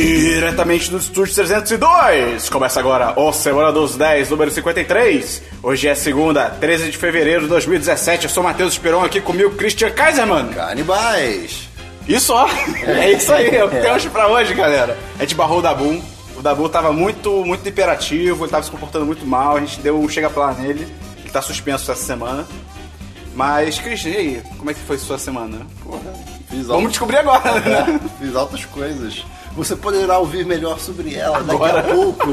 Diretamente do Estúdio 302! Começa agora o Semana dos 10, número 53. Hoje é segunda, 13 de fevereiro de 2017. Eu sou Matheus Esperon aqui comigo, Christian Kaiserman. Canibais! E só! É isso aí, é o que temos pra hoje, galera. A gente barrou o Dabum. O Dabu tava muito, muito imperativo, ele tava se comportando muito mal. A gente deu um chega pra lá nele, que tá suspenso essa semana. Mas, Christian, e aí? Como é que foi sua semana? Porra, fiz, Vamos descobrir agora, né? altas, fiz altas coisas. Você poderá ouvir melhor sobre ela Agora. daqui a pouco,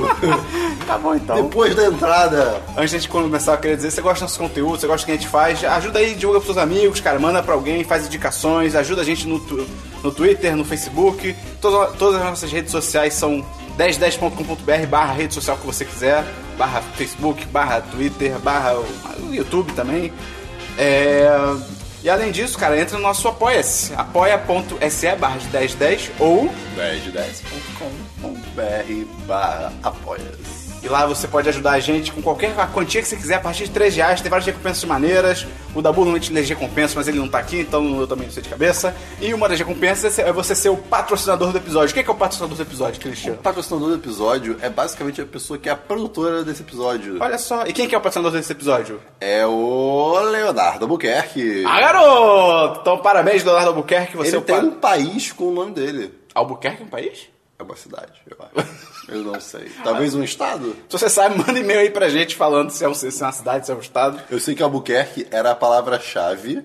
Tá bom então. depois da entrada. Antes da gente começar, eu queria dizer, você gosta do nosso conteúdo, você gosta do que a gente faz, ajuda aí, divulga pros seus amigos, cara, manda pra alguém, faz indicações, ajuda a gente no, tu- no Twitter, no Facebook, todas, todas as nossas redes sociais são 1010.com.br barra rede social que você quiser, barra Facebook, barra Twitter, barra o- o YouTube também. É, E além disso, cara, entra no nosso apoia-se, apoia.se barra de 1010 ou 1010.com.br barra apoia-se. E lá você pode ajudar a gente com qualquer quantia que você quiser, a partir de 3 reais, tem várias recompensas maneiras. O Dabu não lê recompensas, mas ele não tá aqui, então eu também não sei de cabeça. E uma das recompensas é você ser o patrocinador do episódio. O que é, que é o patrocinador do episódio, O Cristiano? patrocinador Tá do episódio é basicamente a pessoa que é a produtora desse episódio. Olha só, e quem que é o patrocinador desse episódio? É o Leonardo Albuquerque. Ah, garoto! Então parabéns, Leonardo Albuquerque, você Ele é o tem pa- um país com o nome dele. Albuquerque é um país? É uma cidade, eu acho. Eu não sei. Talvez um estado? Se você sabe, manda e-mail aí pra gente falando se é, um- se é uma cidade, se é um estado. Eu sei que Albuquerque era a palavra-chave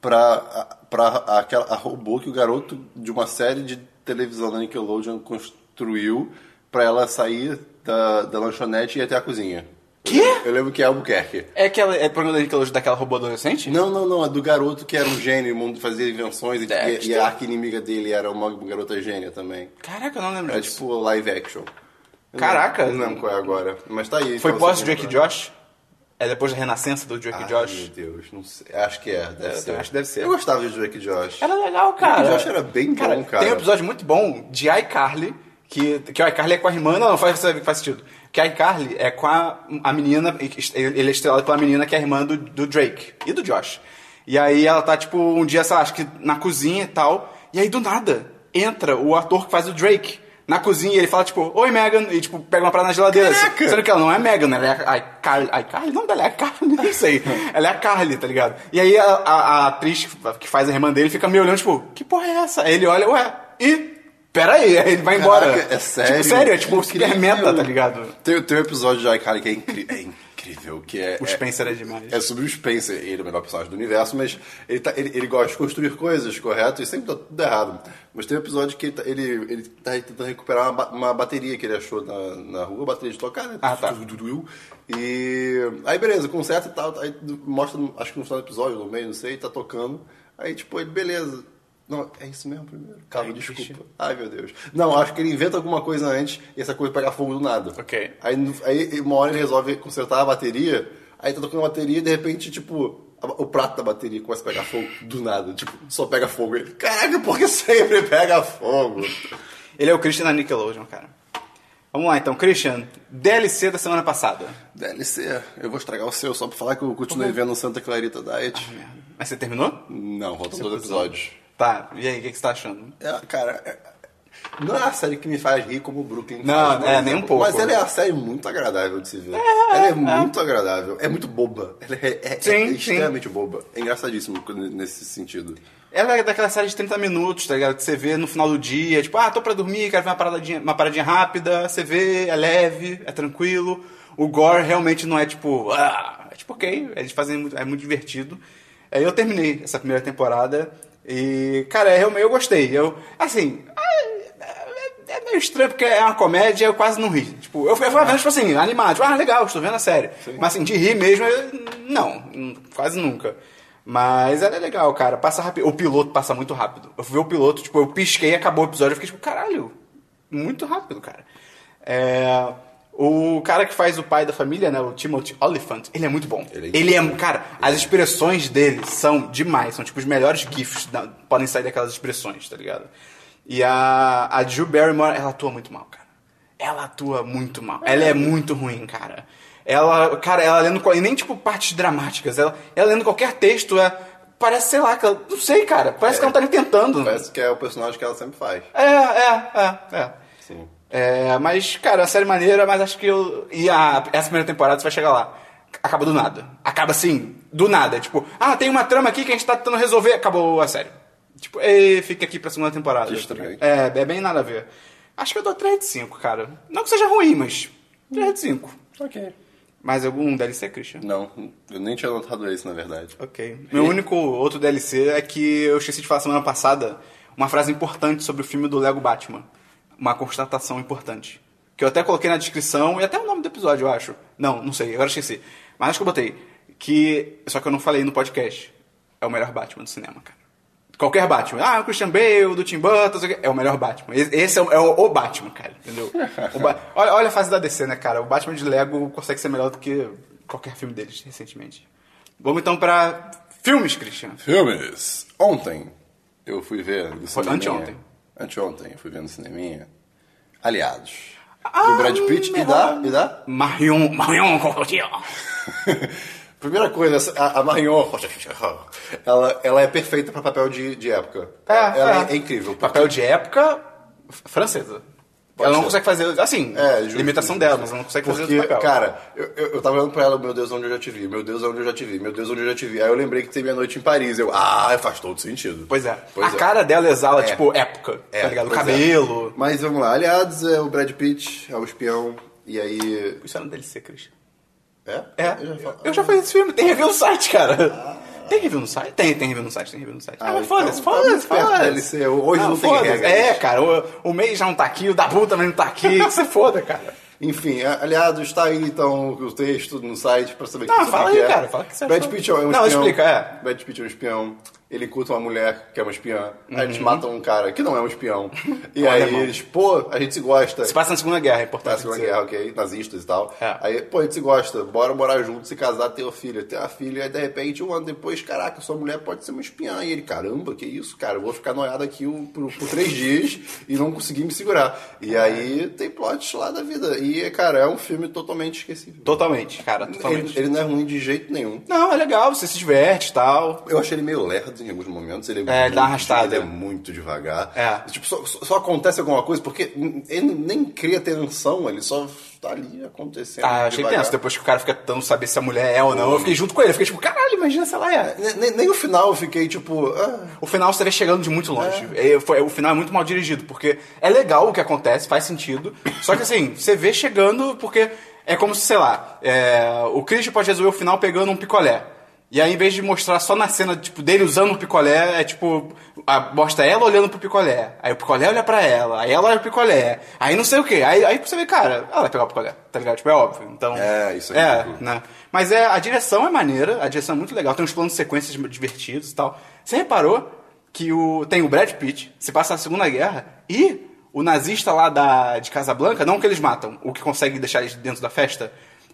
pra, pra aquela, a robô que o garoto de uma série de televisão da Nickelodeon construiu pra ela sair da, da lanchonete e ir até a cozinha. Quê? Eu lembro que é Albuquerque. É aquela, é programa da Nickelodeon daquela robô adolescente? Não, não, não. É do garoto que era um gênio, o mundo fazia invenções e, e, e a arqui-inimiga dele era uma garota gênia também. Caraca, eu não lembro É disso. tipo live action. Eu não- Caraca. Não lembro qual é agora. Mas tá aí. Foi então pós você Drake lembra. Ah, Josh? É depois da renascença do Drake Ai, Josh? Meu Deus, não sei. Acho que é, deve eu ser. acho que deve ser. Eu gostava de Drake Josh. Era legal, cara. Drake Josh era bem bom, cara. Tem um episódio muito bom de iCarly, que, que o iCarly é com a irmã. Não, não faz, faz sentido. Que a iCarly é com a, a menina, ele é estrelado pela menina que é a irmã do, do Drake e do Josh. E aí ela tá, tipo, um dia, sei lá, acho que na cozinha e tal. E aí do nada entra o ator que faz o Drake. Na cozinha, e ele fala, tipo, oi, Megan, e, tipo, pega uma parada na geladeira. Caraca! Sendo que ela não é Megan, ela é a a Carly. A Carly? O nome dela é a Carly, não sei. Ela é a Carly, tá ligado? E aí a, a- a atriz que- que faz a irmã dele fica meio olhando, tipo, que porra é essa? Aí ele olha, ué, e. Pera aí, aí ele vai embora. Caraca, é sério? Tipo, sério, é tipo o Incrível. Super Meta, tá ligado? Tem, tem um episódio de iCarly que é, incri- é incrível, que é... O Spencer é demais. É, é sobre o Spencer, ele é o melhor personagem do universo, mas ele, tá- ele- ele gosta de construir coisas, correto? E sempre tá tudo errado. Mas tem um episódio que ele tá, ele, ele tá tentando recuperar uma, ba- uma bateria que ele achou na, na rua, bateria de tocar, né? Ah, tá. E aí, beleza, conserta e tal, aí mostra, acho que no final do episódio, no meio, não sei, tá tocando. Aí, tipo, ele, beleza. Não, é isso mesmo primeiro? Calma, Ai, desculpa. Cristian. Ai, meu Deus. Não, acho que ele inventa alguma coisa antes e essa coisa pegar fogo do nada. Ok. Aí, no- aí uma hora ele resolve consertar a bateria, aí tá tocando a bateria e de repente, tipo, a- o prato da bateria começa a pegar fogo do nada. Tipo, só pega fogo. Ele, caralho, por que sempre pega fogo? Ele é o Christian na Nickelodeon, cara. Vamos lá então, Christian, DLC da semana passada. DLC, eu vou estragar o seu só pra falar que eu continuei vendo Santa Clarita Diet. Mas você terminou? Não, faltam dois episódios. Tá, e aí, o que, que você tá achando? É, cara, é- não é a série que me faz rir como o Brooklyn Não, faz, é, por nem um exemplo. pouco. Mas ela é uma série muito agradável de se ver. ela é, muito agradável. É muito boba. Ela é, é- é Sim, sim. extremamente boba. É engraçadíssimo quando- nesse sentido. Ela é daquela série de 30 minutos, tá ligado? Que você vê no final do dia, tipo, ah, tô pra dormir, quero ver uma paradinha, uma paradinha rápida, você vê, é leve, é tranquilo. O gore realmente não é tipo, ah, é tipo, ok, eles fazem muito, é muito divertido. Aí eu terminei essa primeira temporada e, cara, é, realmente eu gostei. Eu, assim, é- é meio estranho porque é uma comédia, eu quase não ri. Tipo, eu fui eu fui vendo, tipo assim, animado, tipo, ah, legal, estou vendo a série. Mas assim, de rir mesmo, eu- não, hum, quase nunca. Mas ela é legal, cara. Passa rápido. O piloto passa muito rápido. Eu fui ver o piloto, tipo, eu pisquei, acabou o episódio, eu fiquei tipo, caralho, muito rápido, cara. É, O cara que faz o pai da família, né? O Timothy Oliphant, ele é muito bom. Ele é Ele é, cara, as expressões dele são demais. São tipo os melhores gifs da- podem sair daquelas expressões, tá ligado? E a, a Drew Barrymore, ela atua muito mal, cara. Ela atua muito mal. Ela é muito ruim, cara. Ela, cara, ela lendo qual- e nem tipo partes dramáticas. Ela, ela lendo qualquer texto, é, parece, sei lá, que ela, não sei, cara. Parece que ela não tá nem tentando. Parece que é o personagem que ela sempre faz. É, é, é, é. Sim. É, mas, cara, a série maneira, mas acho que eu. E a, essa primeira temporada você vai chegar lá. Acaba do nada. Acaba assim, do nada. Tipo, ah, tem uma trama aqui que a gente tá tentando resolver. Acabou a série. Tipo, e fica aqui pra segunda temporada. Que estranho. É, é bem nada a ver. Acho que eu dou 3 de 5, cara. Não que seja ruim, mas. 3 de 5. Ok. Mais algum DLC, Christian? Não, eu nem tinha notado isso, na verdade. Ok. Meu único outro DLC é que eu esqueci de falar semana passada uma frase importante sobre o filme do Lego Batman. Uma constatação importante. Que eu até coloquei na descrição e até o nome do episódio, eu acho. Não, não sei, agora esqueci. Mas acho que eu botei. Que. Só que eu não falei no podcast. É o melhor Batman do cinema, cara. Qualquer Batman. Ah, o Christian Bale, do Tim Burton, não sei o quê. é o melhor Batman. Esse esse é o, é o- o Batman, cara, entendeu? O Ba- olha, olha a fase da DC, né, cara? O Batman de Lego consegue ser melhor do que qualquer filme deles recentemente. Vamos então pra filmes, Christian. Filmes. Ontem eu fui ver no Foi cinema. anteontem. Anteontem eu fui ver no cineminha. Aliados. Ah, do Brad Pitt e da, e da. Marion, Marion é Cotillard. Primeira coisa, essa- a, a Marion, ela, ela é perfeita pra papel de, de época. É, ela é, é incrível. porque- Papel de época f- francesa. Pode ela não ser. consegue fazer, assim, É, justo, limitação justo. dela, mas ela não consegue fazer Porque, esse papel. cara, eu, eu, eu tava olhando pra ela, meu Deus, onde eu já te vi, meu Deus, onde eu já te vi, meu Deus, onde eu já te vi. Aí eu lembrei que tem minha noite em Paris. Eu, ah, faz todo sentido. pois é. Pois a cara dela exala, É. tipo, época, É, tá ligado? O pois é. cabelo. Mas vamos lá, aliados é o Brad Pitt, é o espião, e aí. Isso era no DLC, Christian. É? É, Eu já falo- eu já fiz esse filme, tem review no site, cara. Tem review no site? Tem, tem review no site, tem review no site. Ah, Ah, mas então foda-se, tá foda-se, muito perto da foda-se. DLC, hoje não tem foda-se. regra, É, gente. cara, o, o mês já não tá aqui, o Dabu também não tá aqui, que se foda, cara. Enfim, a- aliados, tá aí então o texto no site pra saber o Não, que você fala que aí, é. cara, fala o que você Brad achou. Pitt é um Não, espião. explica, é. Brad Pitt é um espião. Ele curta uma mulher que é uma espiã. Aí Uhum. eles matam um cara que não é um espião. E Olha, aí irmão. eles, pô, a gente se gosta. Se passa na Segunda Guerra, é Na importante Segunda dizer. Guerra, ok? Nazistas e tal. É. Aí, pô, a gente se gosta, bora morar junto, se casar, ter uma filha, ter uma filha, aí de repente, um ano depois, caraca, sua mulher pode ser uma espiã. E ele, caramba, que isso, cara, eu vou ficar noiado aqui um- por, por três dias e não conseguir me segurar. E É. aí tem plots lá da vida. E, cara, é um filme totalmente esquecido. Totalmente, cara, Ele, totalmente. ele não é ruim de jeito nenhum. Não, é legal, você se diverte e tal. Eu achei ele meio lerdo em alguns momentos. Ele é, dá muito- uma arrastada. Ele é muito devagar. É. Tipo, só, só- só acontece alguma coisa porque ele nem cria tensão, ele só tá ali acontecendo. Ah, achei devagar. tenso. Depois que o cara fica tentando saber se a mulher é ou não, eu fiquei junto com ele. Eu fiquei tipo, caralho, imagina se ela é. Ne- Nem, nem o final eu fiquei tipo. ah, O final você vê chegando de muito longe. É, foi- o final é muito mal dirigido, porque é legal o que acontece, faz sentido. Só que assim, você vê chegando porque é como se, sei lá, é, o Christian pode resolver o final pegando um picolé. E aí, em vez de mostrar só na cena tipo, dele usando o picolé, é tipo, a, mostra ela olhando pro picolé. Aí o picolé olha pra ela, aí ela olha pro picolé. Aí não sei o quê. Aí, aí você vê, cara, ela vai pegar o picolé, tá ligado? Tipo, é óbvio. Então. É, isso é É, ridículo. né? Mas é, a direção é maneira, a direção é muito legal, tem uns planos de sequências divertidos e tal. Você reparou que o, tem o Brad Pitt, se passa a Segunda Guerra, e o nazista lá da, de Casablanca, não o que eles matam, o que consegue deixar eles dentro da festa,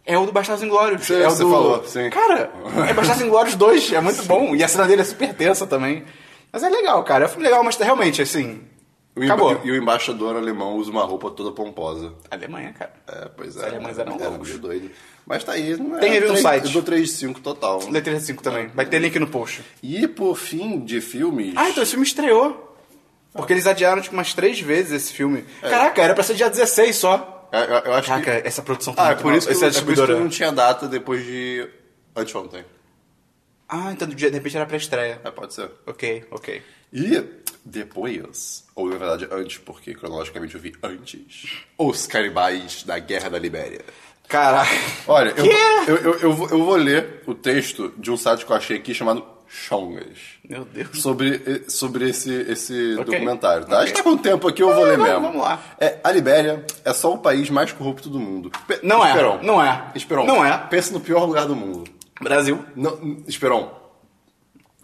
é o do Bastardos Inglórios. Sim, é o você do... falou, sim. Cara, é Bastardos Inglórios 2, é muito bom, e a cena dele é super tensa também. Mas é legal, cara, é um filme legal, mas realmente, assim, o emba- acabou. E o embaixador alemão usa uma roupa toda pomposa. Alemanha, cara. É, pois Os é. alemães eram loucos. meio doido. Mas tá aí, não é? um Tem review no três- site. Eu dou 3 de 5 total. Letra 5 É. também, vai ter link no post. E por fim de filmes. Ah, então esse filme estreou. Porque eles adiaram tipo, umas três vezes esse filme. Caraca, era pra ser dia 16 só. eu, eu- eu acho É. Caraca, que. essa produção tá Ah, é muito por mal. isso, que Essa eu, é a é por isso que eu distribuidora. não tinha data depois de. Anteontem. Ah, então de repente era pra estreia. É, pode ser. Ok, ok. E depois, ou na verdade antes, porque cronologicamente eu vi antes, Os Caribais da Guerra da Libéria. Caraca. Olha, eu, Quê? eu, eu, eu vou, eu vou ler o texto de um site que eu achei aqui chamado Chongas. Meu Deus. Sobre, eh, sobre esse, esse Ok. documentário, tá? A gente Ok. tá com tempo aqui, eu vou ler não, mesmo. vamos lá. É, a Libéria é só o país mais corrupto do mundo. Pe- Não é, Esperon. não é. Esperon. Não é. Pensa no pior lugar do mundo. Brasil. Não, Esperon,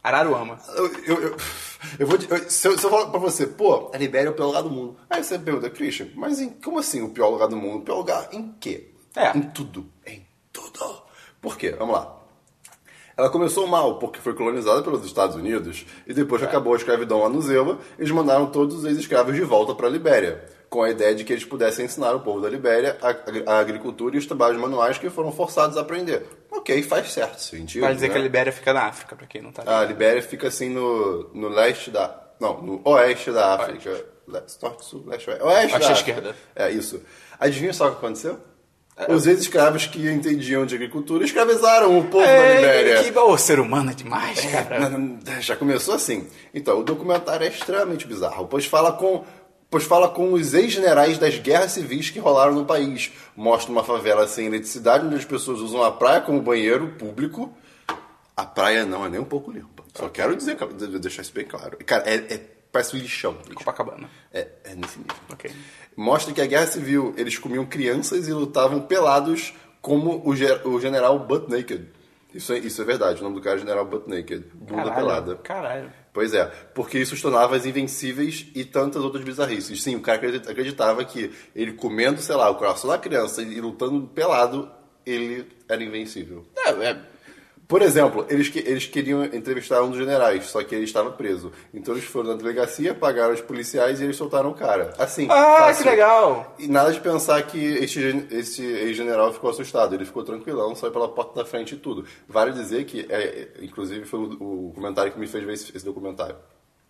Araruama. eu, eu, eu- eu vou. eu- se, eu, se eu falar pra você, pô, a Libéria é o pior lugar do mundo. Aí você pergunta, Christian, mas em, como assim o pior lugar do mundo? O pior lugar em quê? É. Em tudo. Em tudo. Por quê? Vamos lá. Ela começou mal, porque foi colonizada pelos Estados Unidos, e depois É. que acabou a escravidão lá no Zewa, eles mandaram todos os ex-escravos de volta para a Libéria, com a ideia de que eles pudessem ensinar o povo da Libéria a, agri- a agricultura e os trabalhos manuais que foram forçados a aprender. Ok, faz certo sentido. Vai dizer né? que a Libéria fica na África, pra quem não tá A ligado. Libéria fica assim no, no leste da. Não, no oeste da África. leste, norte, sul, leste, oeste. Oeste, Oeste à da esquerda. É. África. É, isso. Adivinha só o que aconteceu? Os ex-escravos que entendiam de agricultura escravizaram o povo da Libéria. É, que o ser humano é demais, Não, cara. não, Já começou assim. Então, o documentário é extremamente bizarro, pois fala com pois fala com os ex-generais das guerras civis que rolaram no país. Mostra uma favela sem eletricidade, onde as pessoas usam a praia como banheiro público. A praia não é nem um pouco limpa. Só quero dizer, deixar isso bem claro. Cara, é, é- parece um lixão. Copacabana. É, é nesse nível. Ok. Mostra que a guerra civil, eles comiam crianças e lutavam pelados como o, ge- o general Butt Naked. Isso é, isso é verdade, o nome do cara é general Butt Naked. Bunda pelada. Caralho. Pois é, porque isso os tornava as invencíveis e tantas outras bizarrices. Sim, o cara acredit- acreditava que ele comendo, sei lá, o coração da criança e lutando pelado, ele era invencível. É, é, Por exemplo, eles, que- eles queriam entrevistar um dos generais, só que ele estava preso. Então eles foram na delegacia, pagaram os policiais e eles soltaram o cara. Assim. Ah, fácil. que legal! E nada de pensar que este, gen- esse ex-general ficou assustado. Ele ficou tranquilão, saiu pela porta da frente e tudo. Vale dizer que, é, é, inclusive, foi o, o comentário que me fez ver esse, esse documentário.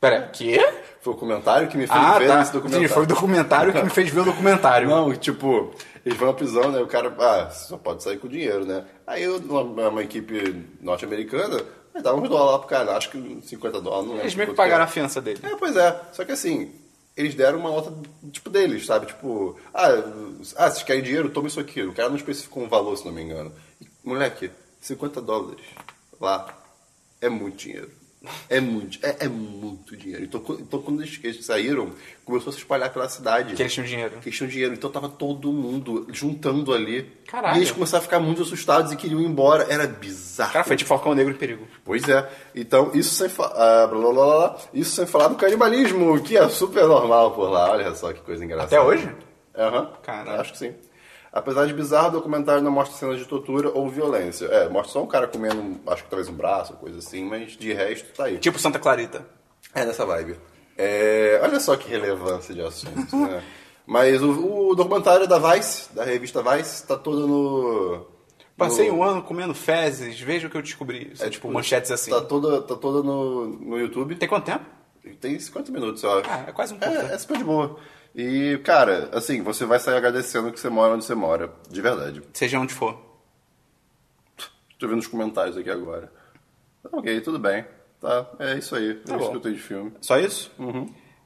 Pera, que? Foi o comentário que me fez Ah, ver tá. esse documentário. Sim, foi o documentário que me fez ver o documentário. Não, tipo, eles vão à prisão, né? O cara, ah, você só pode sair com dinheiro, né? Aí eu- uma, uma equipe norte-americana vai dar uns dólares lá pro cara, acho que 50 dólares, não lembro. Eles meio que quanto pagaram a é. fiança dele. né? É, pois é. Só que assim, eles deram uma nota, tipo, deles, sabe? Tipo, ah, ah, vocês querem dinheiro? Toma isso aqui. O cara não especificou um valor, se não me engano. E, moleque, 50 dólares lá é muito dinheiro. É muito, é, é muito dinheiro. Então, qu- então quando eles, eles saíram, começou a se espalhar pela cidade. Que eles tinham dinheiro. Que eles tinham dinheiro. Então tava todo mundo juntando ali. Caralho. E eles começaram a ficar muito assustados e queriam ir embora. Era bizarro. Cara, foi de Falcão Negro em Perigo. Pois é. Então, isso sem, fa- ah, blá, blá, blá, blá. isso sem falar do canibalismo, que é super normal por lá. Olha só que coisa engraçada. Até hoje? Aham. Caralho. Acho que sim. Apesar de bizarro, o documentário não mostra cenas de tortura ou violência. É, mostra só um cara comendo, um- acho que talvez um braço, coisa assim, mas de resto tá aí. Tipo Santa Clarita. É nessa vibe. É, olha só que relevância de assunto, né? Mas o, o documentário da Vice, da revista Vice, tá todo no. Passei no- um ano comendo fezes, veja o que eu descobri. É tipo manchetes assim. Tá toda, tá toda no, no YouTube. Tem quanto tempo? Tem 50 minutos, eu acho. Ah, é quase um pouco, né? É, é super de boa. E, cara, assim, você vai sair agradecendo que você mora onde você mora. De verdade. Seja onde for. Tô vendo os comentários aqui agora. Ok, tudo bem. Tá, é isso aí. Tá é isso bom. que eu tenho de filme. Só isso?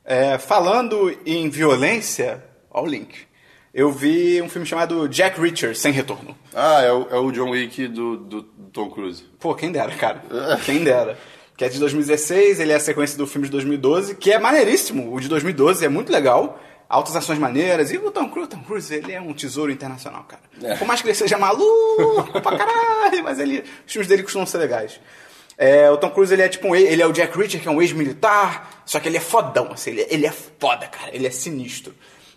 É, falando em violência, ó o link. Eu vi um filme chamado Jack Reacher, Sem Retorno. Ah, é o, é o John Wick do, do, do Tom Cruise. Pô, quem dera, cara. Quem dera. Que é de 2016, ele é a sequência do filme de 2012, que é maneiríssimo. O de 2012 é muito legal. Altas ações maneiras. E o Tom Cruise, Tom Cruise, ele é um tesouro internacional, cara. É. Por mais que ele seja maluco pra caralho, mas ele, os filmes dele costumam ser legais. É, o Tom Cruise, ele é tipo um, e- ele é o Jack Reacher, que é um ex-militar, só que ele é fodão, assim, ele, ele é foda, cara, ele é sinistro.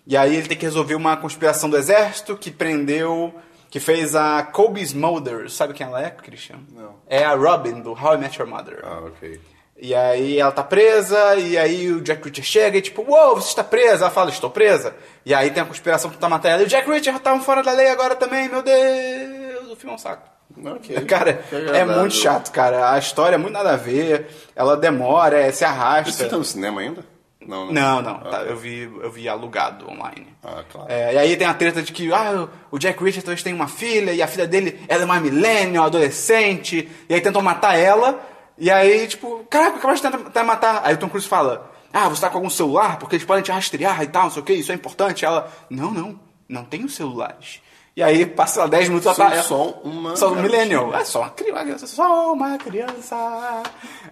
E aí ele tem que resolver uma conspiração do exército que prendeu, que fez a Kobe Smulders, sabe quem ela é, Christian? Não. É a Robin, do How I Met Your Mother. Ah, ok. E aí ela tá presa, e aí o Jack Reacher chega e tipo, uou, você está presa? Ela fala, estou presa. E aí tem a conspiração que tá matando ela. E o Jack Reacher tá um fora da lei agora também, meu Deus, o filme é um saco. Ok. Cara, Que é agradável. muito chato, cara. A história é muito nada a ver, ela demora, é, se Você arrasta. tá no cinema ainda? Não, né? Não, não, Ah, tá, eu, vi, eu vi alugado online. Ah, claro. É, e aí tem a treta de que ah, o Jack Richard talvez tenha uma filha, e a filha dele ela é uma millennial, adolescente, e aí tentam matar ela, e aí, tipo, caraca, acabaste de tentar matar. Aí o Tom Cruise fala, ah, você tá com algum celular? Porque eles podem te rastrear e tal, não sei o que, isso é importante. Ela, não, não, não tenho celulares. E aí passa 10 minutos, ela Sou tá... ela- só uma Só um garotinha. millennial. É só uma criança, só uma criança.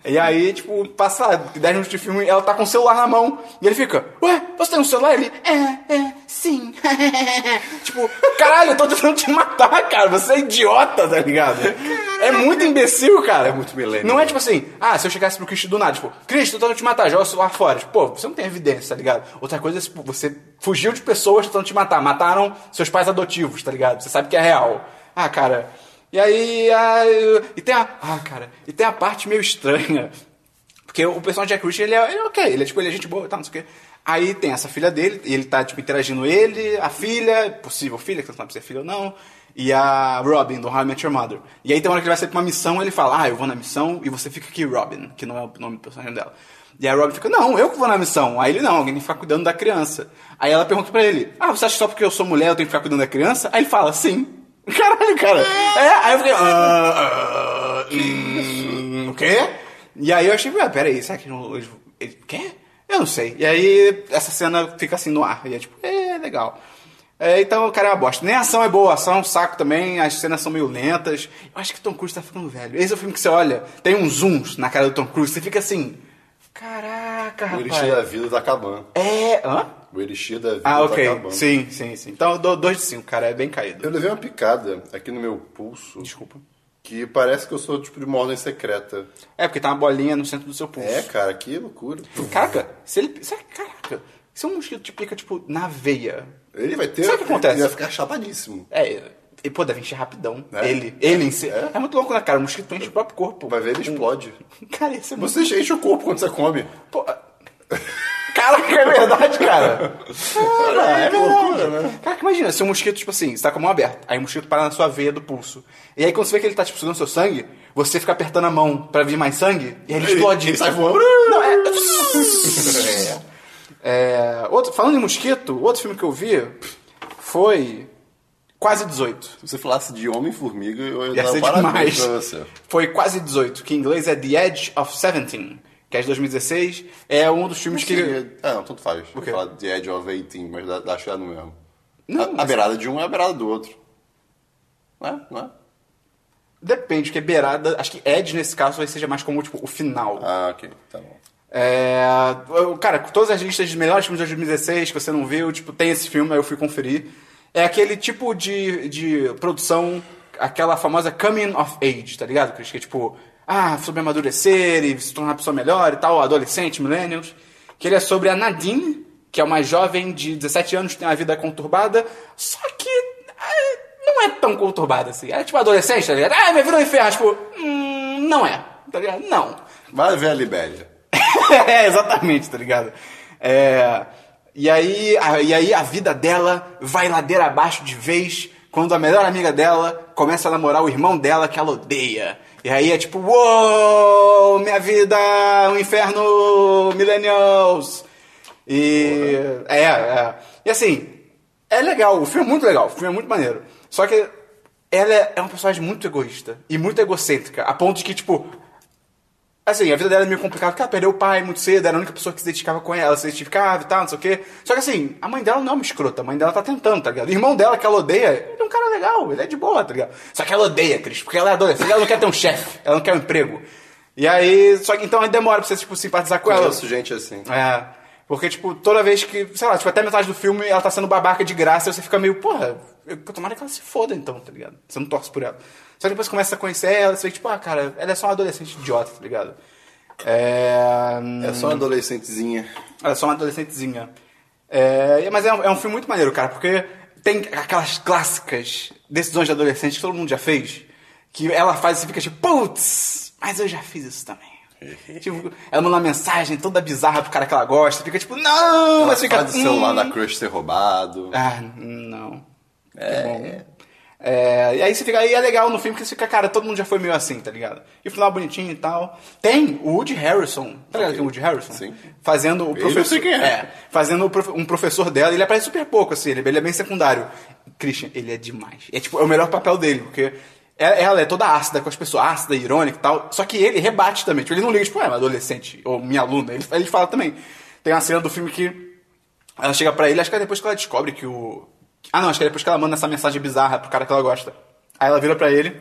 E aí, tipo, passa 10 minutos de filme, ela tá com o celular na mão. E ele fica, ué, você tem um celular? Ele, é, é, sim. tipo, caralho, eu tô tentando te matar, cara. Você é idiota, tá ligado? É muito imbecil, cara. É muito millennial. Não é tipo assim, ah, se eu chegasse pro Cristo do nada, tipo, Cristo, eu tô tentando te matar, joga o celular fora. Tipo, pô, você não tem evidência, tá ligado? Outra coisa é tipo, você fugiu de pessoas tentando te matar. Mataram seus pais adotivos, tá ligado? Você sabe que é real. Ah, cara. E aí. ah, eu- e tem a. Ah, cara. E tem a parte meio estranha. Porque o personagem Jack Reacher, ele é, ele é ok, ele é tipo, ele é gente boa e tal, não sei o quê. Aí tem essa filha dele, e ele tá, tipo, interagindo ele, a filha, possível filha, que você não sabe se é filha ou não, e a Robin, do How I Met Your Mother. E aí tem uma hora que ele vai sair pra uma missão, ele fala, ah, eu vou na missão, e você fica aqui, Robin, que não é o nome do personagem dela. E aí a Robin fica, não, eu que vou na missão. Aí ele, não, alguém tem que ficar cuidando da criança. Aí ela pergunta pra ele, ah, você acha que só porque eu sou mulher eu tenho que ficar cuidando da criança? Aí ele fala, sim. Caralho, cara. É, aí eu fiquei, ah, ah, hum, o quê? E aí eu achei, ué, peraí, será que não, eles- ele, quê? Eu não sei. E aí essa cena fica assim no ar. E é tipo, é, legal. É, então, cara, é uma bosta. Nem a ação é boa, a ação é um saco também, as cenas são meio lentas. Eu acho que Tom Cruise tá ficando velho. Esse é o filme que você olha, tem uns zooms na cara do Tom Cruise, você fica assim, caraca, O elixir da rapaz. vida tá acabando. É, hã? O elixir da vida Ah, tá ok. acabando. Sim, sim, sim. Então eu dou 2 de 5, cara, é bem caído. Eu levei uma picada aqui no meu pulso Desculpa. que parece que eu sou tipo de uma ordem secreta. É, porque tá uma bolinha no centro do seu pulso. É, cara, que loucura. Caraca, se ele. Será que, caraca, se um mosquito te pica, tipo, na veia. Ele vai ter. Sabe o que acontece? Ele vai ficar chapadíssimo. É. E, pô, deve encher rapidão. É. Ele. Ele em si. É. É. muito louco, né, cara? O mosquito enche o próprio corpo. Vai ver, ele explode. Cara, isso é muito. Você enche o corpo quando você come. Pô. Caraca, é verdade, cara. Cara, é loucura, né? Caraca, imagina, se um mosquito, tipo assim, você tá com a mão aberta, aí o mosquito para na sua veia do pulso. E aí quando você vê que ele tá, tipo, sugando seu sangue, você fica apertando a mão pra vir mais sangue, e aí ele explode. Ele sai voando. Não, é... É, outro, falando em mosquito, outro filme que eu vi foi Quase 18. Se você falasse de Homem-Formiga, eu ia Ia dar ser um parabéns demais. pra você. Foi Quase 18, que em inglês é The Edge of 17, que é de 2016. É um dos filmes que... Seria- Ah, não, tanto faz. Vou quê? falar de Edge of 18, mas dá- acho que é no mesmo. Não, a, a mas- beirada de um é a beirada do outro. Não é? Não é? Depende, porque beirada... Acho que Edge, nesse caso, vai seja mais como, tipo, o final. Ah, ok. Tá bom. É, eu- cara, todas as listas de melhores filmes de 2016 que você não viu, tipo, tem esse filme, aí eu fui conferir. É aquele tipo de, de produção, aquela famosa coming of age, tá ligado? Chris? Que é tipo, ah, sobre amadurecer e se tornar uma pessoa melhor e tal, adolescente, millennials. Que ele é sobre a Nadine, que é uma jovem de 17 anos que tem uma vida conturbada, só que ah, não é tão conturbada assim. Ela é tipo adolescente, tá ligado? Ah, minha vida é um inferno, tipo, hum, não é, tá ligado? Não. Vai ver a Libéria. é, exatamente, tá ligado? É, e, aí, a, e aí a vida dela vai ladeira abaixo de vez quando a melhor amiga dela começa a namorar o irmão dela que ela odeia. E aí é tipo, uou, minha vida, um inferno, millennials. E. É, é. E assim, é legal, o filme é muito legal, o filme é muito maneiro. Só que ela é é uma personagem muito egoísta e muito egocêntrica, a ponto de que, tipo, Assim, a vida dela é meio complicada, porque ela perdeu o pai muito cedo, era a única pessoa que se dedicava com ela, se identificava e tal, não sei o quê. Só que assim, a mãe dela não é uma escrota, a mãe dela tá tentando, tá ligado? O irmão dela, que ela odeia, ele é um cara legal, ele é de boa, tá ligado? Só que ela odeia, Cris, porque ela é adolescente, ela não quer ter um chefe, ela não quer um emprego. E aí, só que então aí demora pra você, tipo, simpatizar com Eu ela. conheço gente assim. É. Porque, tipo, toda vez que, sei lá, tipo, até metade do filme ela tá sendo babaca de graça, e você fica meio, porra, eu, tomara que ela se foda então, tá ligado? Você não torce por ela. Só que depois você começa a conhecer ela, você vê, tipo, ah, cara, ela é só uma adolescente idiota, tá ligado? É. É só uma adolescentezinha. Ela é só uma adolescentezinha. É, mas é um, é um filme muito maneiro, cara, porque tem aquelas clássicas decisões de adolescente que todo mundo já fez, que ela faz e você fica tipo, putz, mas eu já fiz isso também. tipo, ela manda uma mensagem toda bizarra pro cara que ela gosta, fica tipo, não, mas fica. Faz o celular "Hum". da crush ser roubado. Ah, não. É. bom. É, e aí você fica, aí é legal no filme porque você fica, cara, todo mundo já foi meio assim, tá ligado? E o final bonitinho e tal. Tem o Woody Harrison, tá ligado? Ok. Tem o Woody Harrison. Sim. Fazendo o Ele professor. eu sei quem é. fazendo o prof- um professor dela, ele aparece super pouco, assim, ele, ele é bem secundário. Christian, ele é demais. É tipo, é o melhor papel dele, porque é- ela é toda ácida com as pessoas, ácida, irônica e tal. Só que ele rebate também. Tipo, ele não liga, tipo, é uma adolescente, ou minha aluna. Ele, ele fala também. Tem uma cena do filme que ela chega pra ele, acho que é depois que ela descobre que o. Ah, não, acho que é depois que ela manda essa mensagem bizarra pro cara que ela gosta. Aí ela vira pra ele.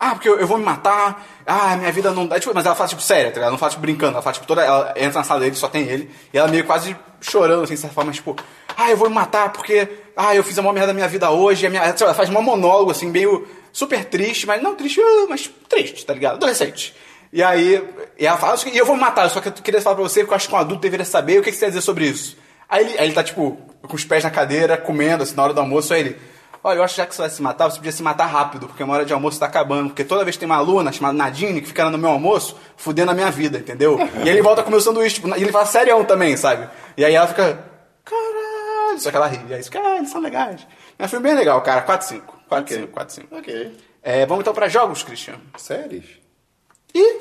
Ah, porque eu, eu vou me matar. Ah, minha vida não dá. Tipo, mas ela fala, tipo, séria, tá ligado? Ela não fala, tipo, brincando. Ela fala, tipo, toda. Ela entra na sala dele, só tem ele. E ela meio quase chorando, assim, de certa forma, tipo, ah, eu vou me matar porque. Ah, eu fiz a maior merda da minha vida hoje. A minha... sei lá, Ela faz um monólogo, assim, meio super triste, mas não triste, ah, mas triste, tá ligado? Adolescente. E aí. E ela fala, e eu vou me matar, só que eu queria falar pra você, porque eu acho que um adulto deveria saber o que, que você ia dizer sobre isso. Aí ele, aí ele tá, tipo, com os pés na cadeira, comendo, assim, na hora do almoço, aí ele. Olha, eu acho que já que você vai se matar, você podia se matar rápido, porque uma hora de almoço tá acabando. Porque toda vez que tem uma aluna chamada Nadine que fica lá no meu almoço, fudendo a minha vida, entendeu? E ele volta a comer o sanduíche, tipo, e ele fala serião também, sabe? E aí ela fica, caralho, só que ela ri. E aí fica, ah, eles são legais. Mas foi bem legal, cara, 4-5. 4-5, 4-5. Ok. É, vamos então pra jogos, Christian. Séries? E.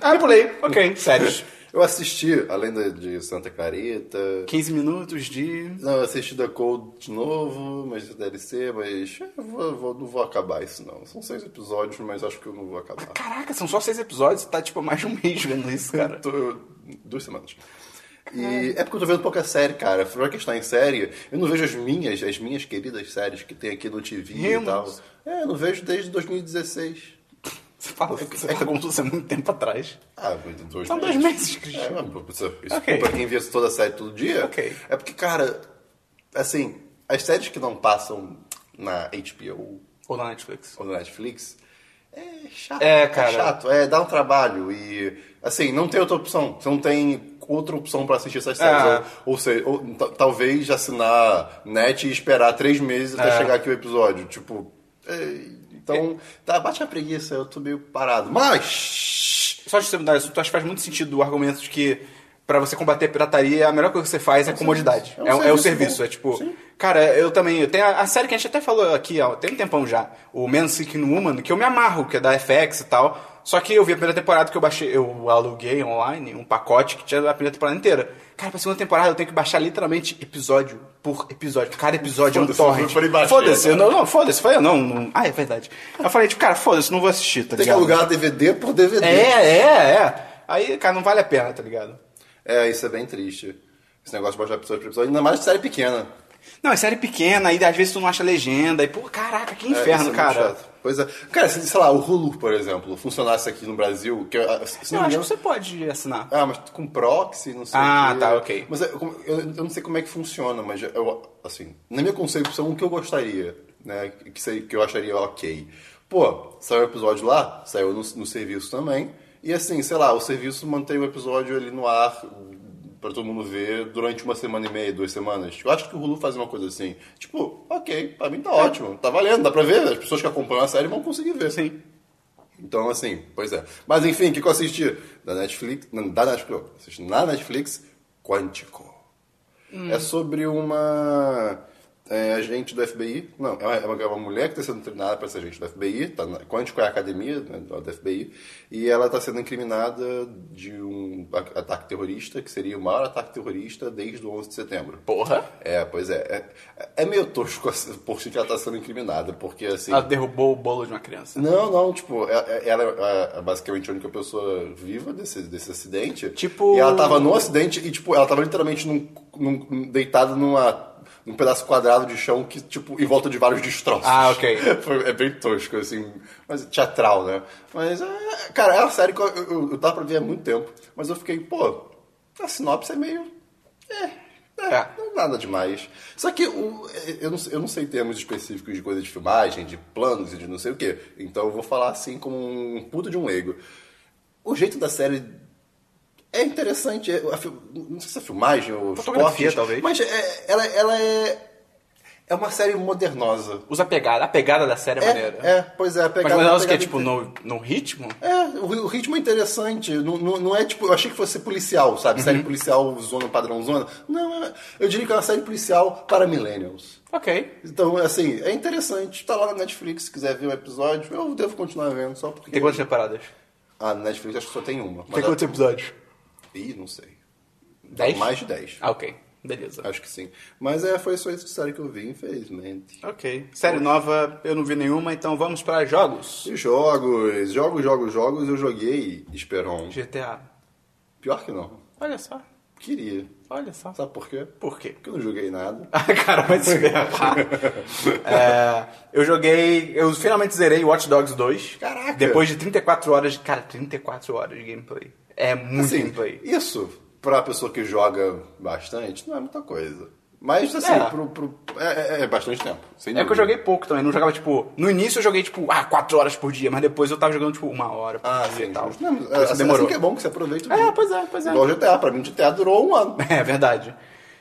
Ah, eu pulei. Ok, sério. Eu assisti, além de, de Santa Clarita. 15 minutos de. Não, eu assisti The Cold de novo, mas DLC, mas eu vou- vou- não vou acabar isso não. São seis episódios, mas acho que eu não vou acabar. Caraca, são só seis episódios, tá tipo há mais de um mês vendo isso, cara. Tô- duas semanas. E é porque eu tô vendo pouca série, cara. Fora que está em série, eu não vejo as minhas, as minhas queridas séries que tem aqui no TV Rimos. e tal. É, eu não vejo desde 2016. Você fala, você perguntou isso há muito tempo atrás. Ah, muito dois São dois meses, Christian. É, mas, pô, isso, isso Ok. pra quem vê toda a série todo dia. Ok. É porque, cara, assim, as séries que não passam na HBO Ou na Netflix. ou na Netflix é chato. É, cara. chato, é, dá um trabalho e, assim, não tem outra opção. Você não tem outra opção pra assistir essas séries. É. Ou, ou seja, ou ta- talvez assinar net e esperar três meses até É. chegar aqui o episódio. Tipo, é, então, tá, bate a preguiça, eu tô meio parado. Mas... Só de você mudar isso, tu acho que faz muito sentido o argumento de que pra você combater a pirataria, a melhor coisa que você faz é, comodidade. serviço. É, É um um é o serviço. serviço É tipo. bom. Sim. Cara, eu também. Eu tenho a, a série que a gente até falou aqui, ó, tem um tempão já, o Man Seeking Woman, que eu me amarro, que é da FX e tal. Só que eu vi a primeira temporada que eu baixei, eu aluguei online um pacote que tinha a primeira temporada inteira. Cara, pra segunda temporada eu tenho que baixar literalmente episódio por episódio. Cada episódio é um Foda-se, eu torrent. falei, baixei, Foda-se, eu né? não, não, foda-se, foi eu não, não. Ah, é verdade. Eu falei, tipo, cara, foda-se, não vou assistir, tá Tem que ligado? alugar DVD por DVD. É, é, é. Aí, cara, não vale a pena, tá ligado? É, isso é bem triste. Esse negócio de baixar episódio por episódio, ainda mais de série pequena. Não, é série pequena, aí às vezes tu não acha legenda, e pô, caraca, que É, inferno, isso é muito cara. chato. Pois é. Cara, se, sei lá, o Hulu, por exemplo, funcionasse aqui no Brasil, que Eu ah, se não me acho que engano- você pode assinar. Ah, mas com proxy, não sei Ah, o quê. tá, ok. Mas é, como- eu, eu não sei como é que funciona, mas eu, assim, na minha concepção, o que eu gostaria, né, que, seria- que eu acharia ok. Pô, saiu o episódio lá, saiu no, no serviço também, e assim, sei lá, o serviço mantém o episódio ali no ar pra todo mundo ver durante uma semana e meia, duas semanas. Eu acho que o Hulu faz uma coisa assim, tipo, ok, pra mim tá É. ótimo, tá valendo, dá pra ver, as pessoas que acompanham a série vão conseguir ver. Sim. Então, assim, pois é. Mas enfim, o que que eu assisti? Da Netflix. Não, da Netflix. eu Assisti na Netflix, Quântico. É sobre uma é, agente do FBI. Não, é uma, é uma- é uma mulher que está sendo treinada para ser agente do FBI. Tá na, Quântico é a academia né, do do FBI. E ela está sendo incriminada de um a- ataque terrorista, que seria o maior ataque terrorista desde o 11 de setembro. Porra. É, pois é. É, é meio tosco assim, por si que ela está sendo incriminada, porque assim. Ela derrubou o bolo de uma criança. Não, não, tipo, é- é- ela é, é basicamente a única pessoa viva desse, desse acidente. Tipo- E ela tava no acidente e, tipo, ela tava literalmente num, num- deitada numa, num pedaço quadrado de chão que, tipo, em volta de vários destroços. Ah, ok. Foi- é bem tosco, assim, mas teatral, né? Mas, é, cara, é uma série que eu, eu, eu tava pra ver há muito tempo, mas eu fiquei, pô, a sinopse é meio. É. É, É. não é nada demais. Só que o- é, eu, não, eu não sei termos específicos de coisa de filmagem, de planos e de não sei o quê. Então eu vou falar assim como um puto de um leigo. O jeito da série é interessante. é- a fil- não sei se é filmagem ou os Fotografia, cortes, talvez. Mas é- ela, ela é, é uma série modernosa. Usa a pegada, a pegada da série é, maneira. É, é, pois é. a Mas Pegada, maneira a que é pegada tipo no, no ritmo? é, o, o ritmo é interessante. Não, não, não é tipo. Eu achei que fosse policial, sabe? Uhum. Série policial, zona padrão, zona. Não, é- eu diria que é uma série policial para millennials. Ok. Então, assim, é interessante. Tá lá na Netflix, se quiser ver um episódio, eu devo continuar vendo só porque. Tem quantas temporadas? Ah, na Netflix acho que só tem uma. Mas Tem quantos episódios? Ih, não sei. Dez? Mais de 10. Ah, ok. Beleza. Acho que sim. Mas é, foi só essa série que eu vi, infelizmente. Ok. Série nova, eu não vi nenhuma, então vamos pra jogos. E jogos, jogos, jogos, jogos, eu joguei Esperon. GTA. Pior que não. Olha só. Queria. Olha só. Sabe por quê? Por quê? Porque eu não joguei nada. Ah, cara, vai se ferrar. É, eu joguei. Eu finalmente zerei Watch Dogs 2. Caraca. Depois de 34 horas. de- Cara, 34 horas de gameplay. É muito Assim, gameplay. isso, pra pessoa que joga bastante, não é muita coisa. Mas, assim, É. pro, pro- é, é- é bastante tempo. sem É que eu dúvida. joguei pouco também. Não jogava, tipo. No início eu joguei, tipo, ah, 4 horas por dia. Mas depois eu tava jogando, tipo, uma hora por Ah, dia sim, e tal. justo. Não, mas, Por isso assim, demorou. assim que é bom que você aproveita É, tudo. pois é, pois é. Igual GTA, pra mim GTA durou um ano. É verdade.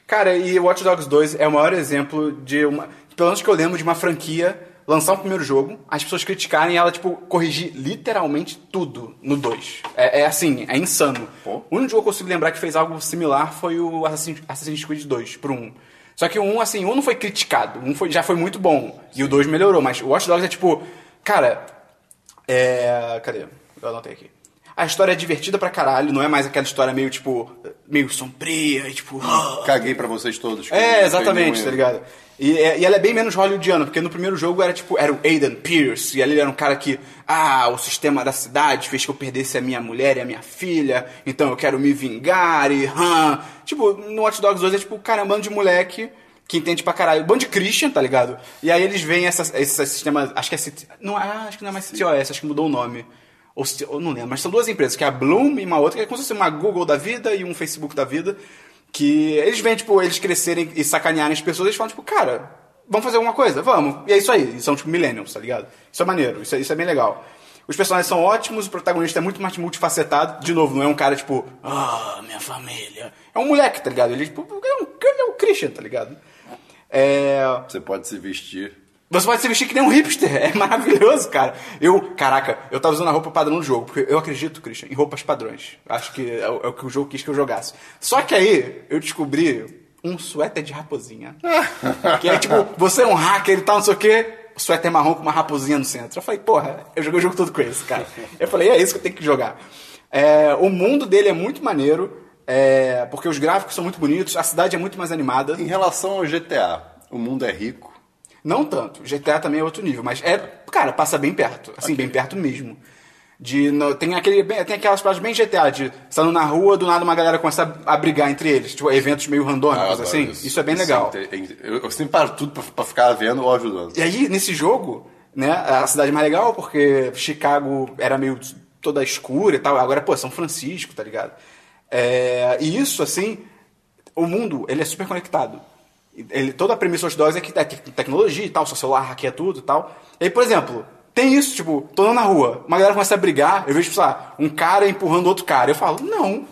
Cara, e Watch Dogs 2 é o maior exemplo de uma. Pelo menos que eu lembro de uma franquia lançar um primeiro jogo, as pessoas criticarem e ela, tipo, corrigir literalmente tudo no 2. É, é assim, é insano. Pô. O único jogo que eu consigo lembrar que fez algo similar foi o Assassin's Assassin's Creed 2 pro 1. Só que o 1, assim, o 1 não foi criticado. O 1 foi, já foi muito bom. E o 2 melhorou, mas o Watch Dogs é tipo. Cara, é. Cadê? Eu anotei aqui. A história é divertida pra caralho, não é mais aquela história meio, tipo, meio sombria, e tipo... Caguei pra vocês todos. que um não É, tem exatamente, nenhum tá ligado? E, é- e ela é bem menos hollywoodiana, porque no primeiro jogo era tipo, era o Aiden Pierce, e ali ele era um cara que, ah, o sistema da cidade fez que eu perdesse a minha mulher e a minha filha, então eu quero me vingar e. hã. Tipo, no Watch Dogs 2 é tipo, cara, é um bando de moleque que entende pra caralho, um bando de Christian, tá ligado? E aí eles veem essa, esse sistema, acho que é CT, não, ah, acho que não é mais CTOS, acho que mudou o nome. Ou se- eu não lembro, mas são duas empresas, que é a Bloom e uma outra, que é como se fosse uma Google da vida e um Facebook da vida, que eles vêm, tipo, eles crescerem e sacanearem as pessoas, eles falam, tipo, cara, vamos fazer alguma coisa? Vamos. E é isso aí. E são, tipo, millennials, tá ligado? Isso é maneiro, isso é, isso é bem legal. Os personagens são ótimos, o protagonista é muito mais multifacetado. De novo, não é um cara, tipo, ah, minha família. É um moleque, tá ligado? Ele, tipo, é um, ele é um Christian, tá ligado? É... Você pode se vestir. Você pode se vestir que nem um hipster. É maravilhoso, cara. Eu, caraca, eu tava usando a roupa padrão do jogo, porque eu acredito, Christian, em roupas padrões. Acho que é o, é o que o jogo quis que eu jogasse. Só que aí, eu descobri um suéter de raposinha. que é tipo, você é um hacker e tal, não sei o quê. O suéter marrom com uma raposinha no centro. Eu falei, porra, eu joguei o jogo todo com esse, cara. Eu falei, é isso que eu tenho que jogar. É, o mundo dele é muito maneiro, é, porque os gráficos são muito bonitos, a cidade é muito mais animada. Em relação ao GTA, o mundo é rico. Não tanto. GTA também é outro nível, mas é, cara, passa bem perto. Assim, bem perto mesmo. De, no- tem, aquele, bem- tem aquelas paradas bem GTA, de você andando na rua, do nada uma galera começa a, a brigar entre eles. Tipo, eventos meio Ah, eu randômicos, adoro assim. Isso, é bem legal. tem- tem- eu, eu sempre paro tudo pra, pra ficar vendo ou ajudando. E aí, nesse jogo, né, a cidade mais legal, porque Chicago era meio toda escura e tal, agora, pô, São Francisco, tá ligado? É, e isso, assim, o mundo, ele é super conectado. Ele, toda a premissa dos dogs é que é te- tecnologia e tal, seu celular hackeia tudo e tal. E aí, por exemplo, tem isso, tipo, tô andando na rua, uma galera começa a brigar, eu vejo, tipo, sei lá, um cara empurrando outro cara. Eu falo, não,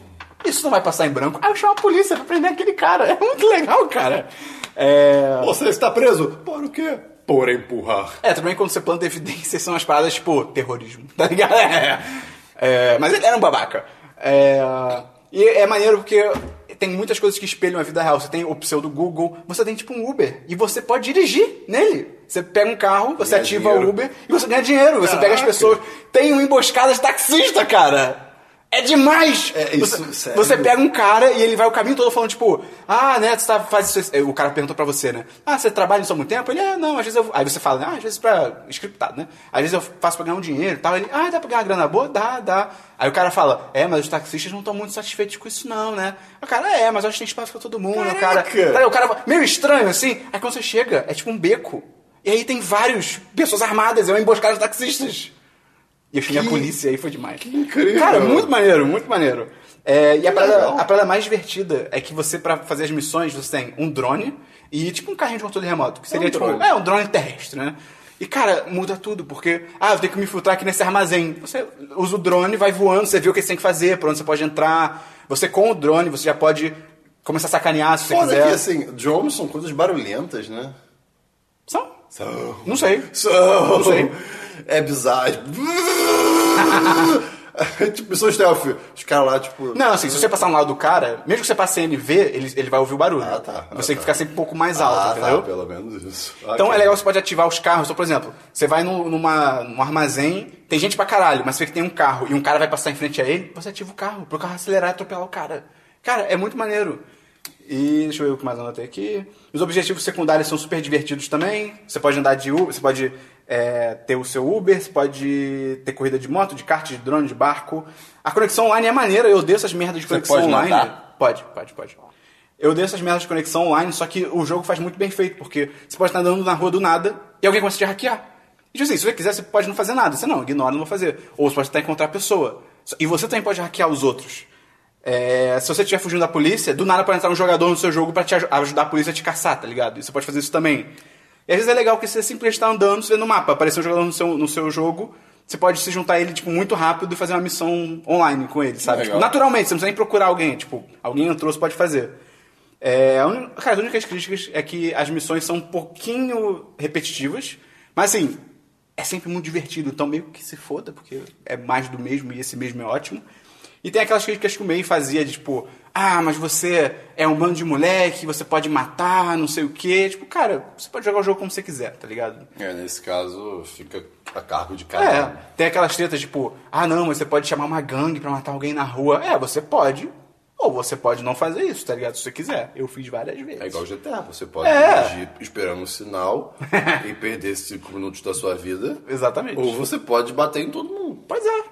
isso não vai passar em branco. Aí eu chamo a polícia pra prender aquele cara. É muito legal, cara. É... Você está preso? Por quê? Por empurrar. É, também quando você planta evidências são as paradas tipo terrorismo, tá ligado? É. É, mas ele era um babaca. É, e é maneiro porque tem muitas coisas que espelham a vida real. Você tem o pseudo Google, você tem tipo um Uber e você pode dirigir nele. Você pega um carro, você Ganhar ativa dinheiro. o Uber e você ganha dinheiro. Você pega as Caraca. pessoas. Tem uma emboscada de taxista, cara! É demais! É, isso, você, sério? você pega um cara e ele vai o caminho todo falando, tipo, ah, né, você tá, faz isso. O cara perguntou pra você, né? Ah, você trabalha isso há muito tempo? Ele, é, não, às vezes eu. Aí você fala, ah, às vezes pra. scriptado, né? Às vezes eu faço pra ganhar um dinheiro e tal. Ele, ah, dá pra ganhar uma grana boa? Dá, dá. Aí o cara fala, é, mas os taxistas não estão muito satisfeitos com isso, não, né? O cara, é, mas eu acho que tem espaço pra todo mundo. O cara, Caraca! Tá, o cara meio estranho assim. Aí quando você chega, é tipo um beco. E aí tem vários pessoas armadas, é uma emboscada de taxistas. E eu chamei a Que- polícia e aí foi demais. que incrível. Cara, muito maneiro, muito maneiro. É, e a parada, legal. a parada mais divertida é que você, pra fazer as missões, você tem um drone e tipo um carrinho de controle remoto. Que seria um tipo. drone. É, um drone terrestre, né? E, cara, muda tudo, porque. Ah, eu tenho que me infiltrar aqui nesse armazém. Você usa o drone, vai voando, você vê o que você tem que fazer, pra onde você pode entrar. Você com o drone, você já pode começar a sacanear se você Foda quiser. que assim, drones são coisas barulhentas, né? São? São. Não sei. São. sei. É bizarro. tipo, são stealth. Os caras lá, tipo. Não, assim, se você passar um lado do cara, mesmo que você passe NV, ele, ele vai ouvir o barulho. Ah, tá. Ah, você tem que ficar tá. sempre um pouco mais alto, ah, entendeu? tá, pelo menos isso. Então Ok. é legal, você pode ativar os carros. Então, por exemplo, você vai num- numa, num armazém, tem gente pra caralho, mas você vê que tem um carro e um cara vai passar em frente a ele, você ativa o carro, pro carro acelerar e atropelar o cara. Cara, é muito maneiro. E deixa eu ver o que mais eu anotei aqui. Os objetivos secundários são super divertidos também. Você pode andar de Uber, você pode é, ter o seu Uber, você pode ter corrida de moto, de kart, de drone, de barco. A conexão online é maneira, eu odeio essas merdas de conexão pode online. nadar? Pode, pode, pode. Eu dei essas merdas de conexão online, só que o jogo faz muito bem feito, porque você pode estar andando na rua do nada e alguém começa a te hackear. E tipo assim, se você quiser, você pode não fazer nada. Você não, ignora, não vou fazer. Ou você pode tentar encontrar a pessoa. E você também pode hackear os outros. É, se você estiver fugindo da polícia, do nada pode entrar um jogador no seu jogo pra te aj- ajudar a polícia a te caçar, tá ligado? E você pode fazer isso também. E às vezes é legal que você simplesmente está andando, você vê no mapa, aparecer um jogador no seu, no seu jogo, você pode se juntar a ele tipo, muito rápido e fazer uma missão online com ele, sabe? Tipo, Legal. naturalmente, você não precisa nem procurar alguém. Tipo, alguém entrou, você pode fazer. É, a uni- Cara, as únicas críticas é que as missões são um pouquinho repetitivas, mas assim, é sempre muito divertido, então meio que se foda, porque é mais do mesmo e esse mesmo é ótimo. E tem aquelas críticas que o May fazia, de tipo, ah, mas você é um bando de moleque, você pode matar, não sei o quê. Tipo, cara, você pode jogar o jogo como você quiser, tá ligado? É, nesse caso, fica a cargo de cada É, um. tem aquelas tretas tipo, ah não, mas você pode chamar uma gangue pra matar alguém na rua. É, você pode. Ou você pode não fazer isso, tá ligado? Se você quiser. Eu fiz várias vezes. É igual GTA, você pode É. dirigir esperando um sinal e perder 5 minutos da sua vida. Exatamente. Ou você pode bater em todo mundo. Pois é.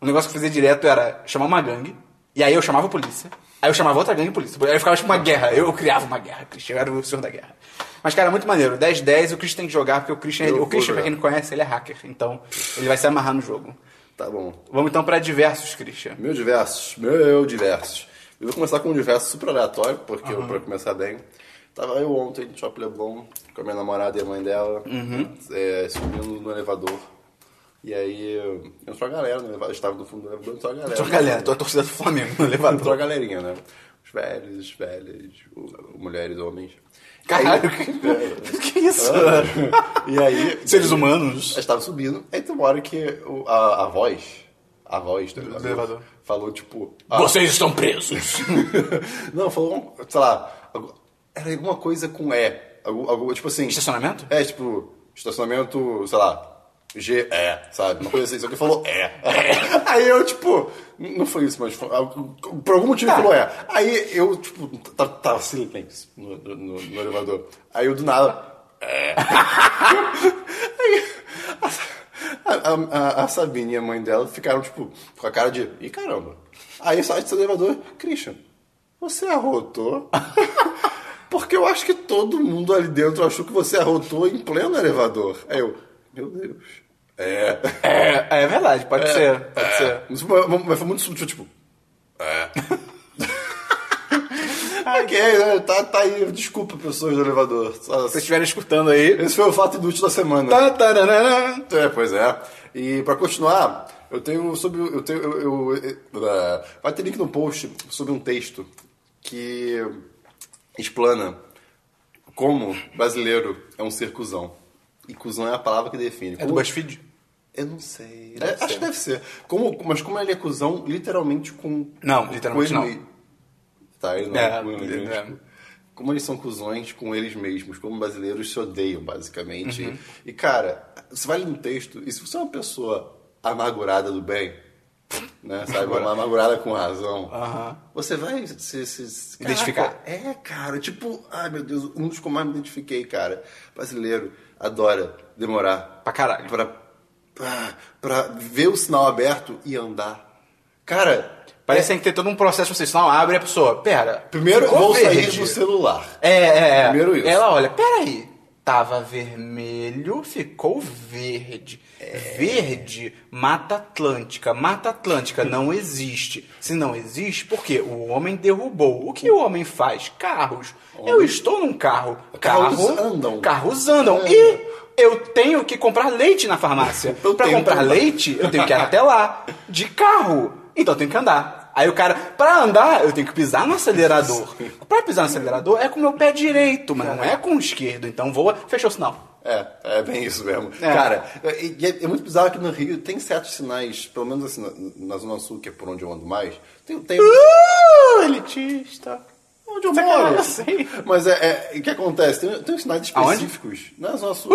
O negócio que eu fazia direto era chamar uma gangue, e aí eu chamava a polícia, aí eu chamava outra gangue e polícia. Aí eu ficava tipo uma guerra. Eu criava uma guerra, Christian. Eu era o senhor da guerra. Mas, cara, é muito maneiro. 10-10 o Christian tem que jogar, porque o Christian, é- Eu o vou Christian pra jogar. quem não conhece, ele é hacker. Então, ele vai se amarrar no jogo. Tá bom. Vamos então pra diversos, Christian. Meu diversos, meu diversos. Eu vou começar com um diverso super aleatório, porque eu, pra começar bem. Tava eu ontem no Shopping Leblon com a minha namorada e a mãe dela, Uhum. é, subindo no elevador. E aí eu- entrou a galera no elevador, eu estava no fundo do elevador, entrou a galera. Tô, galera, tô a torcida do Flamengo no Entrou a elevador. galerinha, né? Os velhos, os velhos, o- mulheres, homens. Caralho, Aí- é, que, que isso? e aí. Seres humanos. Elas estavam subindo, aí tem uma hora que o- a, a voz. A voz do elevador, elevador. falou tipo. ah, Vocês estão presos. não, falou, sei lá, algu- era alguma coisa com E. Algum, algum- tipo assim. Estacionamento? É, tipo, estacionamento, sei lá, G, E, sabe? Uma coisa assim, só que falou E. Aí eu, tipo, não foi isso, mas foi- algo- por algum motivo Tá. falou E. Aí eu, tipo, tá- tava silêncio no, no- no- no elevador. Aí eu do nada. É. Aí, a, a- a- a Sabine e a mãe dela ficaram, tipo, com a cara de. Ih, caramba. Aí sai do elevador, Christian, você arrotou? Porque eu acho que todo mundo ali dentro achou que você arrotou em pleno elevador. Aí eu, meu Deus. É. É, é verdade, pode ser. Pode ser. Mas foi, mas foi muito sutil, tipo. É. ok, né? tá, tá aí. Desculpa, pessoas do elevador. Só- Se vocês estiverem escutando aí. Esse foi o fato inútil da semana. Tá, tararã. É, pois é. E pra continuar, eu tenho sobre eu tenho eu, eu- eu- eh, vai ter link no post sobre um texto que explana como brasileiro é um ser cuzão. E cuzão é a palavra que define. É do BuzzFeed? Eu não sei. Deve É, acho ser. que deve ser. Como, mas como ele é cuzão, literalmente com. Não, literalmente com não. ele- Tá, ele não. É, com ele ele- mesmo. Como eles são cuzões com eles mesmos, como brasileiros se odeiam, basicamente. Uhum. E, cara, você vai ler um texto, e se você é uma pessoa amargurada do bem, né, sabe? Uma amargurada com razão, Aham. você vai se, se- se- Ah. caraca, Identificar. É, cara, tipo, ai meu Deus, um dos que eu mais me identifiquei, cara. Brasileiro adora demorar Pra caralho. Pra, pra, pra ver o sinal aberto e andar. Cara, Parece que tem que ter todo um processo pra vocês. Não, abre a pessoa. Pera. É. primeiro ficou vou verde. sair do celular. É, é, é. Primeiro isso. Ela olha, peraí. Tava vermelho, ficou verde. É. Verde, Mata Atlântica. Mata Atlântica não existe. Se não existe, por quê? O homem derrubou. O que o homem faz? Carros. Eu estou num carro. Carros Carro- andam. Carros andam. E eu tenho que comprar leite na farmácia. Eu pra tenho comprar que- leite, eu tenho que ir até lá. De carro. Então eu tenho que andar. Aí o cara, pra andar, eu tenho que pisar no acelerador. Pra pisar no acelerador é com o meu pé direito, mas não é com o esquerdo. Então voa, fechou o sinal. É, é bem isso mesmo. É. Cara, e- e é, é muito bizarro que no Rio tem certos sinais, pelo menos assim, na, na Zona Sul, que é por onde eu ando mais, tem, tem Uh, elitista. onde eu sacanagem, moro. assim. Mas é, é- o que acontece? Tem, tem uns sinais Aonde? Uh! específicos. Na Zona Sul.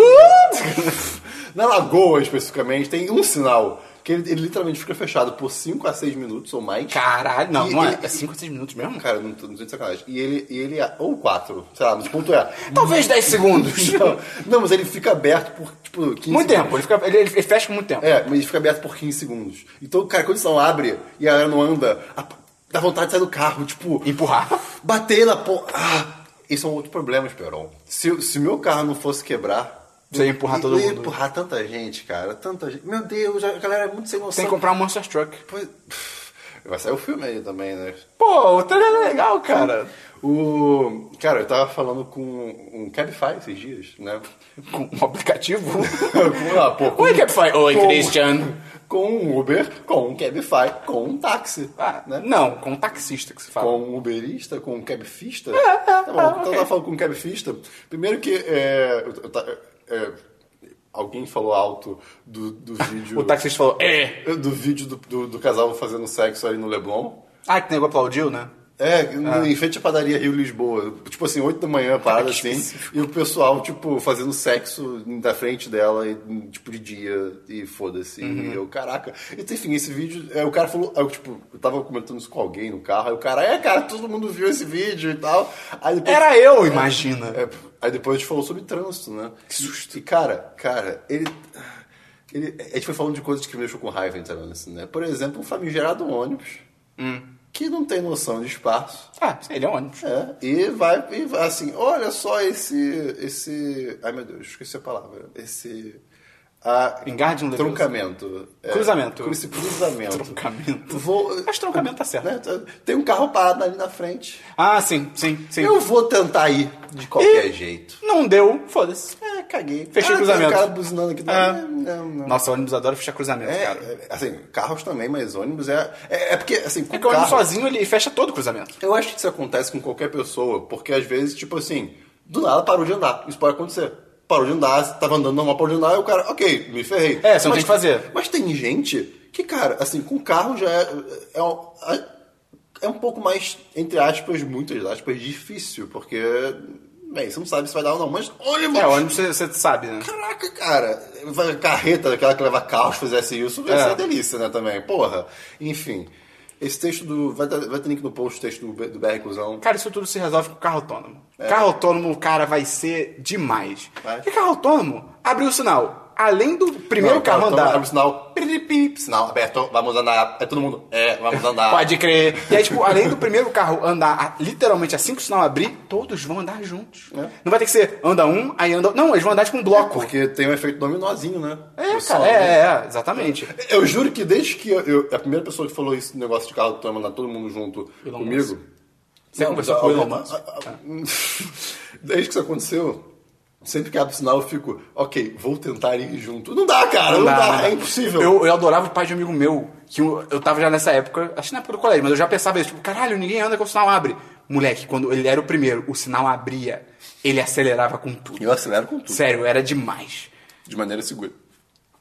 na Lagoa, especificamente, tem um sinal que ele, ele literalmente fica fechado por 5 a 6 minutos ou mais. Caralho, não, E- não é. e- É 5 a 6 minutos mesmo? Cara, não tô, não tô de sacanagem. E ele, e ele é, ou 4, sei lá, mas o ponto é. Talvez 10 segundos. Não, não, mas ele fica aberto por, tipo, 15 Muito segundos. tempo, ele, fica, ele, ele fecha com muito tempo. É, mas ele fica aberto por 15 segundos. Então, cara, quando o sinal abre e a galera não anda, a- dá vontade de sair do carro, tipo, Empurrar. bater na porra. Ah, esse é um outro problema, Esperon. Se, se meu carro não fosse quebrar. Você ia empurrar eu- todo eu ia mundo. empurrar tanta gente, cara. Tanta gente. Meu Deus, a galera é muito sem noção. Tem que comprar um Monster Truck. Pois- Vai sair o filme aí também, né? Pô, o trailer é legal, cara. O. Cara, eu tava falando com um Cabify esses dias, né? Com um aplicativo? Com- ah, pô, com- Oi, Capify. Oi, com- Christian. Com um Uber, com um Cabify, com um táxi. Ah, né? Não, com um taxista que se fala. Com um uberista, com um cabfista? é, é, tá bom, então eu tava falando com um cabfista. Primeiro que é, eu, eu, ta- é, Alguém falou alto do, do vídeo. O taxista falou, é! Do vídeo do, do, do casal fazendo sexo ali no Leblon. Ah, que nego aplaudiu, né? É, no, em frente à padaria Rio Lisboa. Tipo assim, 8 da manhã, parada Que assim. E o pessoal, tipo, fazendo sexo na frente dela, e, tipo, de dia, e foda-se. E eu, caraca. Então, enfim, esse vídeo. é, o cara falou. aí eu, tipo, eu tava comentando isso com alguém no carro. Aí o cara, é, cara, todo mundo viu esse vídeo e tal. Aí depois. Era eu, imagina. É, aí depois a gente falou sobre trânsito, né? Que susto. E, cara, cara, ele, ele- A gente foi falando de coisas que me deixou com raiva em trânsito, né? Por exemplo, um famigerado ônibus que não tem noção de espaço. Ah, sei, ele é um ônibus. né? e, vai, e vai assim, olha só esse. esse. Ai meu Deus, esqueci a palavra. Esse. A, Engarde um Troncamento. É, Cruzamento. cruzi- cruzamento. Troncamento. Vou, Mas troncamento tá certo. né? Tem um carro parado ali na frente. Ah, sim, sim, sim. Eu vou tentar ir de qualquer jeito. Não deu, foda-se. É, caguei. Fechei o Ah, cruzamento. Tem um cara buzinando aqui. Não, Ah. não, não. Nossa, ônibus adora fechar cruzamento, É, cara. é, assim, carros também, mas ônibus é... É, é porque, assim, com É que o carro... ônibus sozinho ele fecha todo o cruzamento. Eu acho que isso acontece com qualquer pessoa, porque às vezes, tipo assim, do nada parou de andar. Isso pode acontecer. Parou de andar, tava andando normal, parou de andar, e o cara, ok, me ferrei. É, você não Mas- tem o que fazer. Mas tem gente que, cara, assim, com carro já é... é um- é um pouco mais, entre aspas, muitas aspas, difícil, porque, bem, você não sabe se vai dar ou não, mas ônibus... É, ônibus você, você sabe, né? Caraca, cara, Vai- carreta daquela que leva carros fizesse isso, ia É. ser uma delícia, né, também, porra. Enfim, esse texto do... Vai ter, vai ter link no post, o texto do, B- do BR Cusão. Cara, isso tudo se resolve com carro autônomo. Carro autônomo, cara, vai ser demais. É. Vai. E carro autônomo abriu o sinal. Além do primeiro Não, carro então, andar. abre o sinal, piripip, sinal aberto, vamos andar, é todo mundo, é, vamos andar. Pode crer. Ah. E aí, tipo, além do primeiro carro andar a- literalmente assim que o sinal abrir, todos vão andar juntos. É. Não vai ter que ser anda um, aí anda. Não, eles vão andar tipo um bloco. Porque né? tem um efeito dominozinho, né? É, Você cara, só- é, é, exatamente. Eu juro que desde que eu, eu- a primeira pessoa que falou isso, negócio de carro autônomo, andar todo mundo junto Elon comigo... Você Não, conversou mas com o Elon alguém- Musk? a- a- Desde que isso aconteceu, sempre que abre o sinal eu fico, ok, vou tentar ir junto. Não dá, cara, não, dá, é impossível. Eu, eu adorava o pai de um amigo meu, que eu, eu tava já nessa época, acho que na época do colégio, mas eu já pensava isso, tipo, caralho, ninguém anda quando o sinal abre. Moleque, quando ele era o primeiro, o sinal abria, ele acelerava com tudo. Eu acelero com tudo, Sério, era demais. de maneira segura.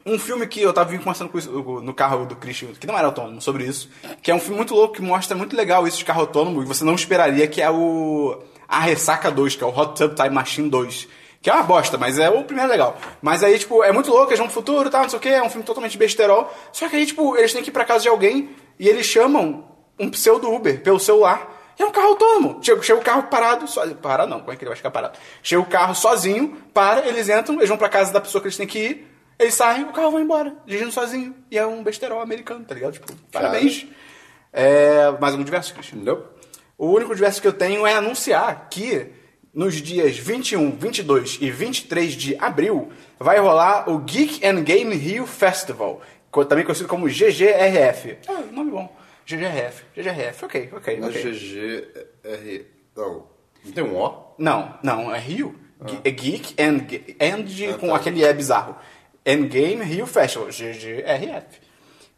Um filme que eu tava conversando com isso, no carro do Christian, que não era autônomo, sobre isso, que é um filme muito louco, que mostra muito legal isso de carro autônomo, e você não esperaria, que é o A Ressaca 2, que é o Hot Tub Time Machine 2. Que é uma bosta, mas é o primeiro legal. Mas aí, tipo, é muito louco, eles vão pro futuro e tal, não sei o que, é um filme totalmente besterol. Só que aí, tipo, eles têm que ir pra casa de alguém e eles chamam um pseudo Uber pelo celular. E é um carro autônomo. Chega, chega o carro parado, só, para não, como é que ele vai ficar parado? Chega o carro sozinho, para, eles entram, eles vão pra casa da pessoa que eles têm que ir, eles saem, o carro vai embora, dirigindo sozinho. E é um besterol americano, tá ligado? Tipo, parabéns. É, mais um diverso, Cristian? Entendeu? O único diverso que eu tenho é anunciar que nos dias 21, 22 e 23 de abril vai rolar o Geek and Game Rio Festival, co- também conhecido como GGRF. Ah, nome bom. GGRF, GGRF, ok, ok, Mas ok. GGR... Não, não tem um O? Não, não, é Rio. Ge- É Geek and, Ga- and de- Ah, com tá. aquele é bizarro. Endgame Rio Festival, GGRF.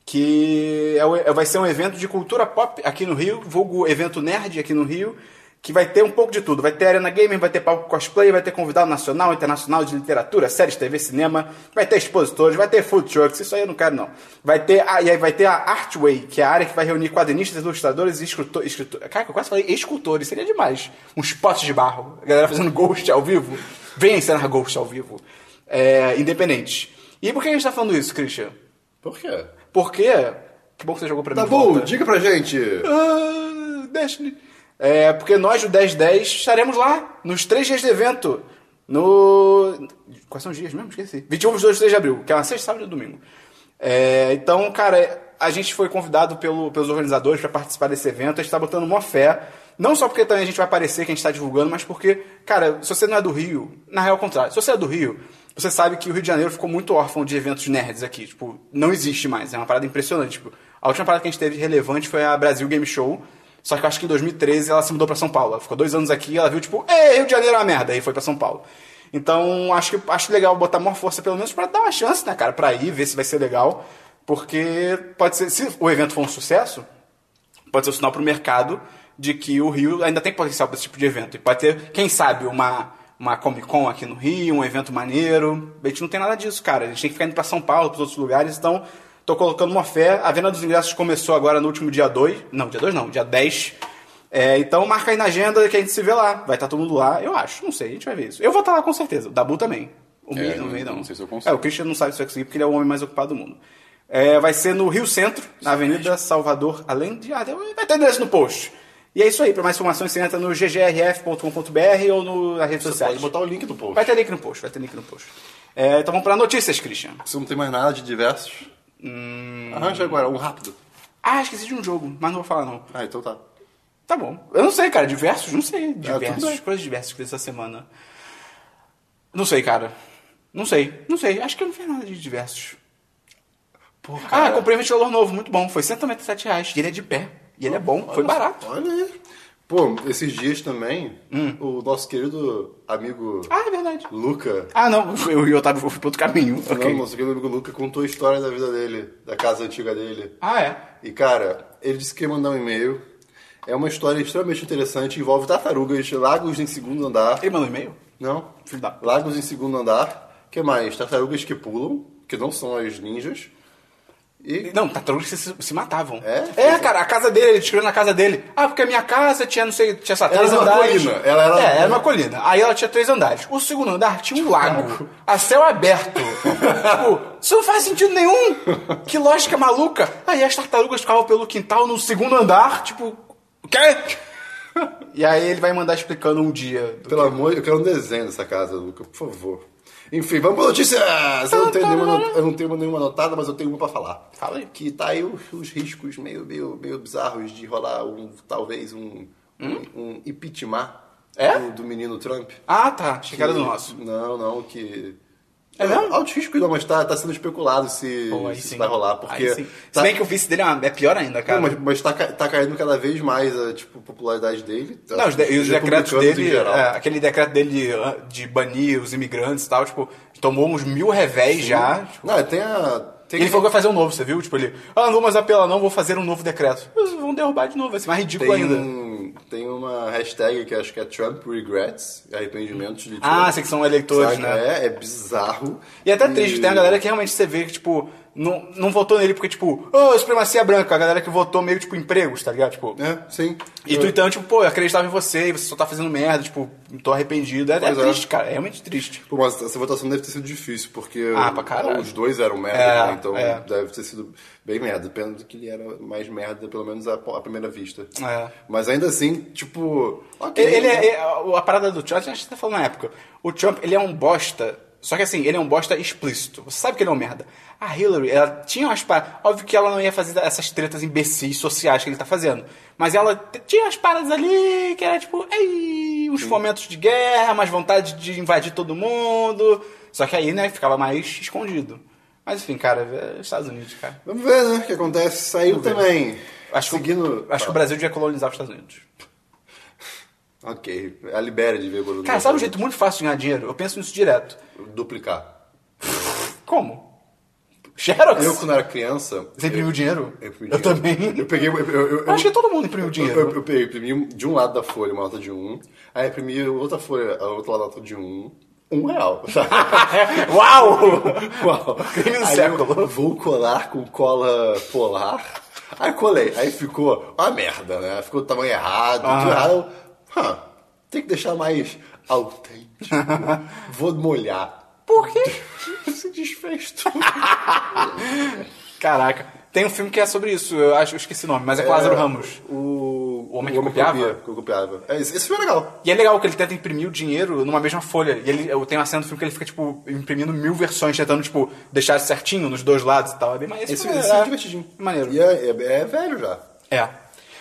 Que é o- é- vai ser um evento de cultura pop aqui no Rio, vulgo evento nerd aqui no Rio, que vai ter um pouco de tudo. Vai ter Arena Gamer, vai ter palco cosplay, vai ter convidado nacional, internacional de literatura, séries, TV, cinema, vai ter expositores, vai ter food trucks, isso aí eu não quero não. Vai ter, a- e aí vai ter a Artway, que é a área que vai reunir quadrinistas, ilustradores e escritores. Cara, eu quase falei escultores, seria demais. Uns potes de barro, a galera fazendo ghost ao vivo. Vem encenar ghost ao vivo. É, independente. E por que a gente tá falando isso, Christian? Por quê? Porque. Que bom que você jogou pra mim. Tá de bom, volta. diga pra gente. Ah, Destiny. É, porque nós do 1010 estaremos lá nos três dias de evento. No. Quais são os dias mesmo? Esqueci. 21, 22, 3 de abril, que é uma sexta, sábado e domingo. É, então, cara, a gente foi convidado pelo- pelos organizadores para participar desse evento. A gente tá botando uma fé. Não só porque também a gente vai aparecer que a gente tá divulgando, mas porque, cara, se você não é do Rio, na real, é o contrário. Se você é do Rio, você sabe que o Rio de Janeiro ficou muito órfão de eventos nerds aqui. Tipo, não existe mais. É uma parada impressionante. Tipo, a última parada que a gente teve relevante foi a Brasil Game Show. Só que eu acho que em 2013 ela se mudou pra São Paulo. Ela ficou dois anos aqui ela viu, tipo, é, Rio de Janeiro é uma merda. E foi pra São Paulo. Então, acho que acho legal botar maior força, pelo menos, pra dar uma chance, né, cara? Pra ir, ver se vai ser legal. Porque pode ser... Se o evento for um sucesso, pode ser um sinal para o mercado de que o Rio ainda tem potencial para esse tipo de evento. E pode ter, quem sabe, uma, uma Comic Con aqui no Rio, um evento maneiro. A gente não tem nada disso, cara. A gente tem que ficar indo pra São Paulo, pros outros lugares, então tô colocando uma fé. A venda dos ingressos começou agora no último dia 2. Não, dia 2 não, dia 10. É, então marca aí na agenda que a gente se vê lá. Vai estar todo mundo lá, eu acho. Não sei, a gente vai ver isso. Eu vou estar lá com certeza. O Dabu também. O Mi, É, não, não- Mi não. não sei se eu consigo. É, o Christian não sabe se vai conseguir porque ele é o homem mais ocupado do mundo. É, vai ser no Rio Centro, na Avenida Salvador, além de. Ah, vai ter endereço no post. E é isso aí. Para mais informações, você entra no ggrf.com.br ou no, nas redes Você sociais. pode botar o link do post. Vai ter link no post, vai ter link no post. É, então vamos para notícias, Christian. Você não tem mais nada de diversos? Arranja agora, um rápido. Ah, esqueci de um jogo, mas não vou falar não. Ah, então tá. Tá bom. Eu não sei, cara. Diversos? Não sei. É, tudo Diversos. bem. coisas diversas dessa semana. Não sei, cara. Não sei. Não sei. Acho que eu não fiz nada de diversos. Pô, Ah, comprei um ventilador novo. Muito bom. Foi R$ 197 reais. E ele é de pé. E ele é bom. Foi barato. Olha aí. Pô, esses dias também, o nosso querido amigo Ah, é verdade. Luca. Ah, não. Eu e o Otávio fui pro outro caminho. Não, Ok. nosso querido amigo Luca contou a história da vida dele, da casa antiga dele. Ah, é. E cara, ele disse que ia mandar um e-mail. É uma história extremamente interessante, envolve tartarugas, lagos em segundo andar. Ele mandou um e-mail? Não? Filho da... Lagos em segundo andar. que mais? Tartarugas que pulam, que não são as ninjas. E Não, tartarugas se, se matavam. É? cara, a casa dele, ele tirou na casa dele. Ah, porque a minha casa tinha, não sei, tinha só Era três uma andares. colina, ela era- É, era uma colina. Aí ela tinha três andares. O segundo andar tinha um lago, a céu aberto. tipo, isso não faz sentido nenhum. Que lógica maluca. Aí as tartarugas ficavam pelo quintal no segundo andar, tipo, o quê? E aí ele vai mandar explicando um dia. do- Pelo amor, eu quero um desenho dessa casa, Luca, por favor. Enfim, vamos pra notícia! Eu não tenho nenhuma, not- eu não tenho nenhuma notada, mas eu tenho uma pra falar. Fala aí. Que tá aí os, os riscos meio, meio, meio bizarros de rolar um, talvez um, um, um impeachment Hum? É? do, do menino Trump. Ah, tá. Achei que era do nosso. Não, não, que... É mesmo? Altos riscos não, mas tá, tá sendo especulado se, Pô, aí se sim. vai rolar, porque... Aí sim. Se tá- bem que o vice dele é, uma- é pior ainda, cara. não, mas, mas tá, ca- tá caindo cada vez mais a tipo, popularidade dele. Não, os de- e os decretos republicanos em dele, geral. é, aquele decreto dele ah, de banir os imigrantes e tal, tipo, tomou uns mil revés já. tipo. Não, tem a. Tem ele falou que vai fazer um novo, você viu? Tipo, ele, ah, não vou mais apelar não, vou fazer um novo decreto. Eles vão derrubar de novo, vai ser mais tem, tipo, um- ridículo é ainda. tem uma hashtag que acho que é Trump Regrets, arrependimentos de Trump. Ah, sei que são eleitores, Sabe? né? É, é bizarro. E é até triste, tem a galera que realmente você vê que, tipo, não, não votou nele porque, tipo, ah, supremacia branca, a galera que votou meio, tipo, empregos, tá ligado? Tipo, É, sim. e tu então, tipo, pô, eu acreditava em você e você só tá fazendo merda, tipo, tô arrependido. É, é Pois é. triste, cara, é realmente triste. Pô, mas essa votação deve ter sido difícil, porque Ah, pra caralho. os dois eram merda, É, né? então é. deve ter sido bem merda, pena que ele era mais merda, pelo menos à, à primeira vista. É. Mas ainda assim, tipo. ok, Ele, ele é, é- a parada do Trump, a gente até falou na época. O Trump, ele é um bosta. Só que assim, ele é um bosta explícito. Você sabe que ele é um merda. A Hillary, ela tinha umas paradas. Óbvio que ela não ia fazer essas tretas imbecis sociais que ele tá fazendo. Mas ela t- tinha umas paradas ali que era tipo, ei, uns fomentos de guerra, mais vontade de invadir todo mundo. Só que aí, né, ficava mais escondido. Mas enfim, cara, é Estados Unidos, cara. Vamos ver, né? O que acontece? Saiu também. Acho, Seguindo. que, acho que o Brasil devia colonizar os Estados Unidos. Ok, a libera de ver quando- Cara, sabe um jeito muito fácil de ganhar dinheiro? Eu penso nisso direto. Duplicar. Como? Xerox? Eu, quando era criança. Você imprimiu eu- dinheiro? Eu, imprimi Eu dinheiro. também. Eu peguei. Eu, eu- eu- Eu acho que todo mundo imprimiu eu- dinheiro. Eu, eu peguei, imprimi de um lado da folha uma nota de um, aí imprimi outra folha, a outra lado da nota de um, um real. Uau! Uau! Crime do Aí um século. eu vou colar com cola polar. Aí colei. Aí ficou uma merda, né? Ficou do tamanho errado, Ah. tudo errado. Eu, "Hã, tem que deixar mais autêntico. vou molhar. Por quê? Se desfez Caraca. Tem um filme que é sobre isso, eu acho, eu esqueci o nome, mas é com o Lázaro Ramos. O, O Homem que Copiava? Copia, que eu copiava. É, esse, esse foi legal. E é legal que ele tenta imprimir o dinheiro numa mesma folha. E ele, eu tenho uma cena do filme que ele fica, tipo, imprimindo mil versões, tentando, tipo, deixar certinho nos dois lados e tal. É bem maneiro. Esse, filme esse é divertidinho. Maneiro. E é, é- é velho já. É.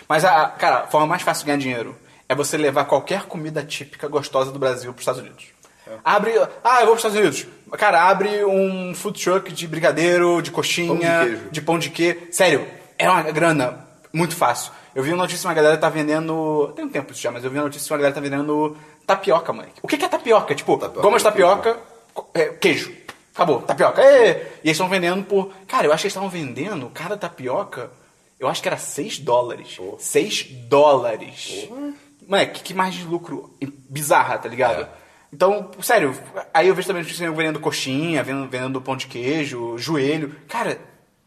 Mas, a, a- cara, a forma mais fácil de ganhar dinheiro é você levar qualquer comida típica gostosa do Brasil para os Estados Unidos. É. Abre. Ah, eu vou para os Estados Unidos. Cara, abre um food truck de brigadeiro, de coxinha, Pão de queijo. de pão de queijo. Sério, é uma grana muito fácil. Eu vi uma notícia, uma galera tá vendendo. Tem um tempo isso já, mas eu vi uma notícia, uma galera tá vendendo tapioca, moleque. O que, que é tapioca? Tipo, Tapioca gomas de é queijo, tapioca, co- é, queijo. Acabou, tapioca. Ê! E eles estão vendendo por. Cara, eu acho que eles estavam vendendo cada tapioca. Eu acho que era 6 dólares. É. 6 dólares. Moleque, que margem de lucro bizarra, tá ligado? Então, sério, aí eu vejo também gente vendendo coxinha, vendendo, vendendo pão de queijo, joelho. Cara,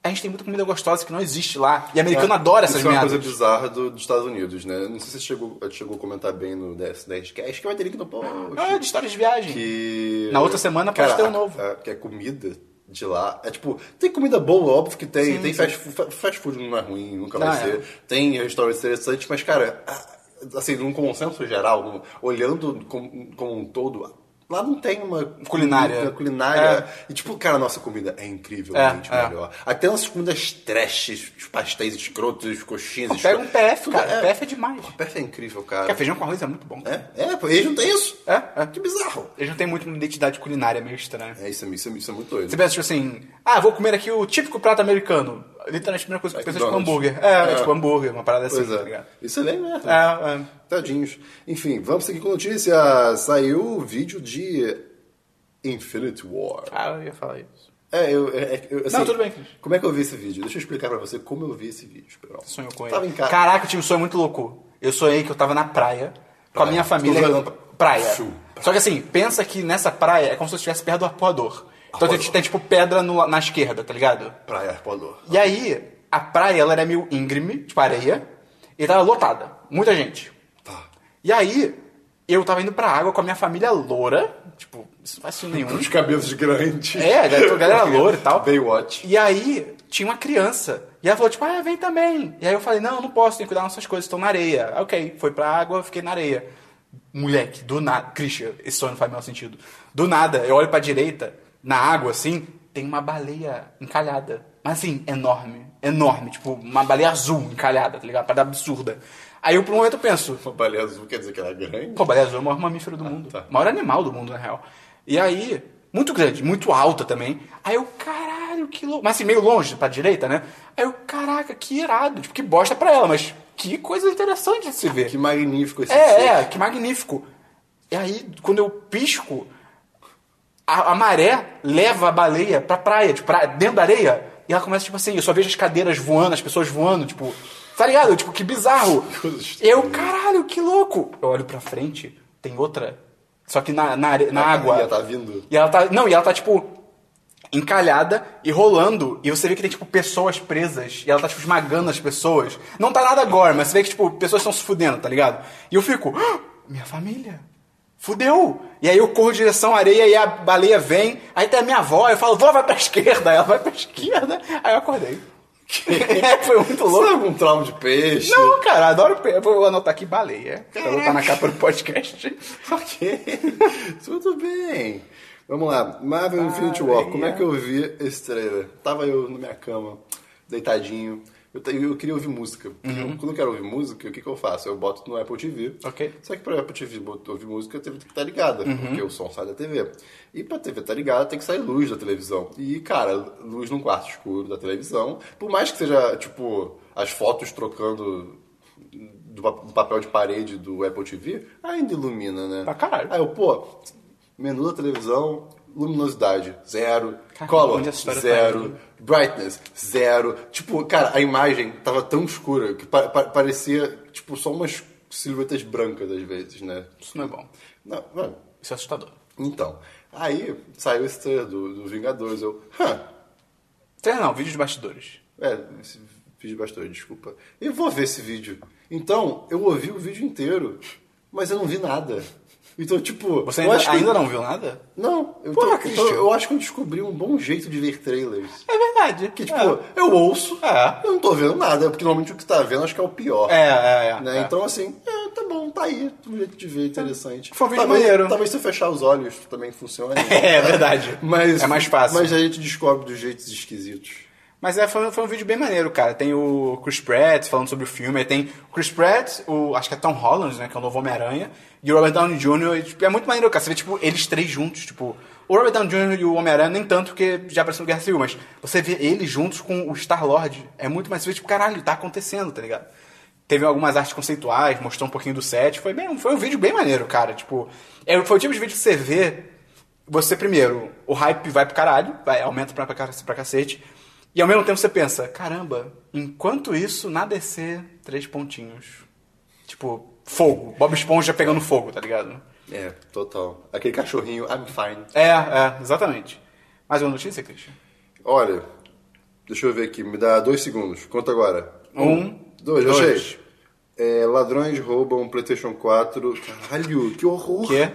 a gente tem muita comida gostosa que não existe lá. E americano adora essas Isso é uma merdas. coisa bizarra do- dos Estados Unidos, né? Não sei se você chegou, chegou a comentar bem no 10, 10 Acho que vai ter link no post. Ah, de histórias de viagem. que. Na outra semana pode Cara, ter um a- novo. a- que é comida de lá. É tipo, tem comida boa, óbvio que tem. Sim, tem sim. fast food, fa- fast food não é ruim, nunca Não, vai é. ser. Tem restaurantes interessantes, mas, cara, a- assim, num consenso geral, num- olhando como, como um todo. Lá não tem uma Culinária. comida culinária. E tipo, cara, nossa comida é incrivelmente É, é. melhor. Até nossas comidas trash, os pastéis escrotos, os coxinhas Pega um escrotas. PF, Tudo cara. É, PF é demais. PF é incrível, cara. Porque feijão com arroz é muito bom. cara. É, é, pô, eles não têm isso. É, é. Que bizarro. Eles não têm muito uma identidade culinária meio estranha. É, isso é, isso é, isso é muito doido. Você pensa, tipo assim, ah, vou comer aqui o típico prato americano. Literalmente a primeira coisa que eu penso é tipo McDonald's. hambúrguer. É, é É. tipo hambúrguer, uma parada assim, Pois tá é. ligado? Isso é bem merda. É, é. Tadinhos. Enfim, vamos seguir com notícia. Saiu o vídeo de Infinity War. Ah, eu ia falar isso. É, eu. é- é- eu, assim, Não, tudo bem, Cris. Como é que eu vi esse vídeo? Deixa eu explicar pra você como eu vi esse vídeo, Perol. Sonhou com Tava ele. em casa. Caraca, tive um sonho muito louco. Eu sonhei que eu tava na praia, com a Praia. minha família. Tô zoando. Praia. Sul. Só que assim, pensa que nessa praia é como se eu estivesse perto do arpoador. Então tem, Arpoador. tem, tipo pedra no- na esquerda, tá ligado? Praia Arpoador. E aí, a praia ela era meio íngreme, tipo areia, e tava lotada. Muita gente. Tá. E aí, eu tava indo pra água com a minha família loura. Tipo, isso não faz sentido nenhum. Os cabelos grandes. É, galera, galera loura e tal. Baywatch. E aí, tinha uma criança. E ela falou, tipo, ah, vem também. E aí eu falei, não, não posso, tem que cuidar das nossas coisas, estão na areia. Ah, Ok, foi pra água, fiquei na areia. Moleque, do nada. Christian, esse sonho não faz o menor sentido. Do nada, eu olho pra direita, na água, assim, tem uma baleia encalhada. Mas assim, enorme. Enorme. Tipo, uma baleia azul encalhada, tá ligado? Uma parada absurda. Aí eu, por um momento, eu penso, Uma baleia azul quer dizer que ela é grande? Pô, baleia azul é o maior mamífero do mundo. tá. O maior animal do mundo, na real. E aí, muito grande, muito alta também. Aí eu, caralho, que louco. Mas assim, meio longe, pra direita, né? Aí eu, caraca, que irado. Tipo, que bosta pra ela, mas que coisa interessante de se ver. Que magnífico esse É, ser. é, que magnífico. E aí, quando eu pisco, a, a maré leva a baleia pra praia, tipo, pra, dentro da areia, e ela começa, tipo assim, eu só vejo as cadeiras voando, as pessoas voando, tipo, tá ligado? Tipo, que bizarro. coisa estranha. Eu, caralho, que louco. Eu olho pra frente, tem outra, só que na, na, are- na A água. baleia tá vindo. E ela tá, não, e ela tá, tipo, encalhada e rolando, e você vê que tem, tipo, pessoas presas, e ela tá, tipo, esmagando as pessoas. Não tá nada agora, mas você vê que, tipo, pessoas estão se fudendo, tá ligado? E eu fico, "Ah, minha família, fudeu! E aí eu corro em direção à areia e a baleia vem, aí tem a minha avó, eu falo, vó, vai pra esquerda, aí ela vai pra esquerda, aí eu acordei. É, Foi muito Você louco. tem algum trauma um de peixe? Não, cara, adoro. pe- Eu vou anotar aqui baleia. Pra botar na capa do podcast. Ok, tudo bem. Vamos lá, Marvel Infinity War. Como é que eu vi esse trailer? Tava eu na minha cama, deitadinho. Eu, te- eu queria ouvir música. Eu- quando eu quero ouvir música, o que, que eu faço? Eu boto no Apple TV. Ok. Só que para Apple TV bot- ouvir música, eu tenho que estar ligada, porque o som sai da TV. E para TV estar tá ligada, tem que sair luz da televisão. E, cara, luz num quarto escuro da televisão, por mais que seja, tipo, as fotos trocando do pa- do papel de parede do Apple TV, ainda ilumina, né? Pra caralho. Aí eu, pô, menu da televisão, luminosidade, zero. Cara, Color, onde essa história tá zero. indo? brightness, zero. Tipo, cara, a imagem tava tão escura que pa- pa- parecia, tipo, só umas silhuetas brancas às vezes, né? Isso não é bom. Não, mano, Isso é assustador. então. Aí saiu esse trailer do, do Vingadores, eu, hã, Treino não, vídeo de bastidores. é, esse vídeo bastante, desculpa. Eu vou ver esse vídeo. Então, eu ouvi o vídeo inteiro, mas eu não vi nada. Então, tipo, Você eu ainda, acho que- ainda não viu nada? Não, eu, Porra, tô- Christian. então eu acho que eu descobri um bom jeito de ver trailers. É verdade. Que, tipo, eu ouço, eu não tô vendo nada, porque normalmente o que tá vendo acho que é o pior. É, é, é. né? é. Então, assim, é, tá bom, tá aí, um jeito de ver interessante. Foi um vídeo talvez, maneiro. Talvez se eu fechar os olhos também funcione. É, é verdade. Mas, é mais fácil. Mas, Mas a gente descobre dos jeitos esquisitos. é, foi, foi um vídeo bem maneiro, cara. Tem o Chris Pratt falando sobre o filme. Aí tem o Chris Pratt, o, acho que é Tom Holland, né? Que é o novo Homem-Aranha. E o Robert Downey Jr. e, tipo, é muito maneiro, cara. Você vê, tipo, eles três juntos. Tipo, o Robert Downey Jr. e o Homem-Aranha, nem tanto, porque já apareceu no Guerra Civil. Mas você vê eles juntos com o Star-Lord. É muito mais... Você vê, tipo, caralho, tá acontecendo, tá ligado? Teve algumas artes conceituais, mostrou um pouquinho do set. Foi, bem, foi um vídeo bem maneiro, cara. Tipo, é, foi o tipo de vídeo que você vê. Você, primeiro, o hype vai pro caralho, vai, aumenta pra, pra, ca- pra cacete. E ao mesmo tempo você pensa, caramba, enquanto isso, na DC, três pontinhos. Tipo, fogo. Bob Esponja pegando fogo, tá ligado? É. Total. Aquele cachorrinho, I'm fine. É, é, exatamente. Mais uma notícia, Christian? Olha, deixa eu ver aqui, me dá dois segundos. Conta agora. Um, dois, dois. achei. É, ladrões roubam um PlayStation 4. Caralho, que horror! Quê?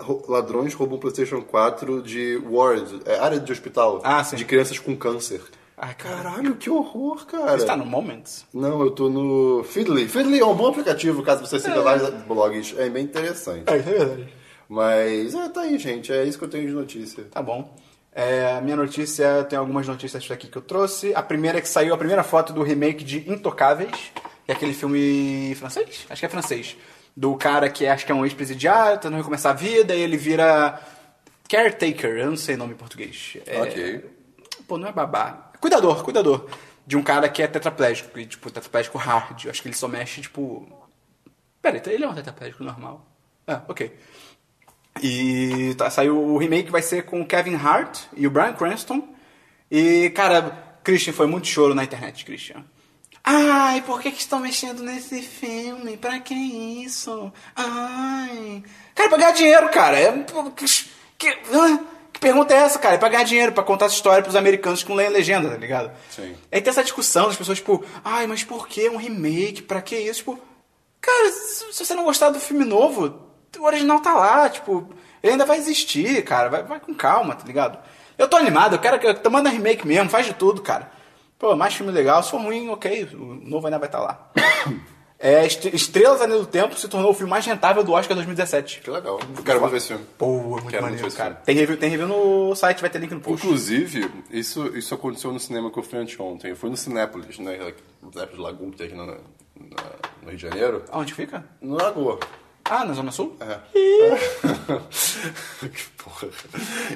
Ro- Ladrões roubam um PlayStation 4 de ward, é, área de hospital, Ah, sim. de crianças com câncer. Ai, cara. Caralho, que horror, cara! Você tá no Moments? Não, eu tô no Feedly. Feedly é um bom aplicativo, caso você siga vários blogs. É bem interessante. É, é verdade. Mas, é, tá aí, gente. É isso que eu tenho de notícia. Tá bom. É, a minha notícia, tem algumas notícias aqui que eu trouxe. A primeira é que saiu a primeira foto do remake de Intocáveis, que é aquele filme francês? Acho que é francês. Do cara que é- acho que é um ex-presidiário, tentando recomeçar a vida, e ele vira caretaker, eu não sei o nome em português. É, Ok. Pô, não é babá. Cuidador, cuidador. De um cara que é tetraplégico, e, tipo, tetraplégico hard. Eu acho que ele só mexe, tipo. Pera, então ele é um tetraplégico normal. Ah, ok. E tá, saiu o remake, vai ser com o Kevin Hart e o Brian Cranston. E, cara, Christian, foi muito choro na internet, Christian. Ai, por que, que estão mexendo nesse filme? Pra que isso? Ai. Cara, pra ganhar dinheiro, cara. É, pô, que, que, ah, que pergunta é essa, cara? É pra ganhar dinheiro, pra contar essa história pros americanos que não leem legenda, tá ligado? Sim. Aí tem essa discussão das pessoas, tipo, ai, mas por que um remake? Pra que isso? Tipo, cara, se se você não gostar do filme novo, o original tá lá, tipo, ele ainda vai existir, cara. Vai, vai com calma, tá ligado? Eu tô animado, eu quero que. eu- Manda remake mesmo, faz de tudo, cara. Pô, mais filme legal, se for ruim, ok, o novo ainda vai estar lá. É, Est- Estrelas Além do Tempo se tornou o filme mais rentável do Oscar 2017. Que legal. Eu quero muito ver esse filme. Pô, é muito Quero muito ver maneiro, esse cara. filme. Tem review, tem review no site, vai ter link no post. Inclusive, isso, isso aconteceu no cinema que eu fui anteontem. Eu fui no Cinépolis, né? O Cinépolis Lagoon que tem aqui no, na- no Rio de Janeiro. É. Aonde fica? No Lagoa. Ah, na Zona Sul? É. que porra.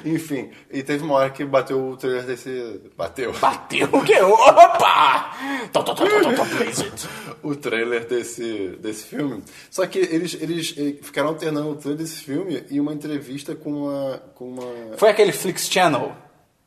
Enfim, e teve uma hora que bateu o trailer desse... Bateu. Bateu o quê? Opa! Tó, tó, tó, tó, tó, tó, Blizzard. o trailer desse, desse filme. Só que eles, eles eh, ficaram alternando o trailer desse filme e uma entrevista com uma. Com uma... Foi aquele Flix Channel.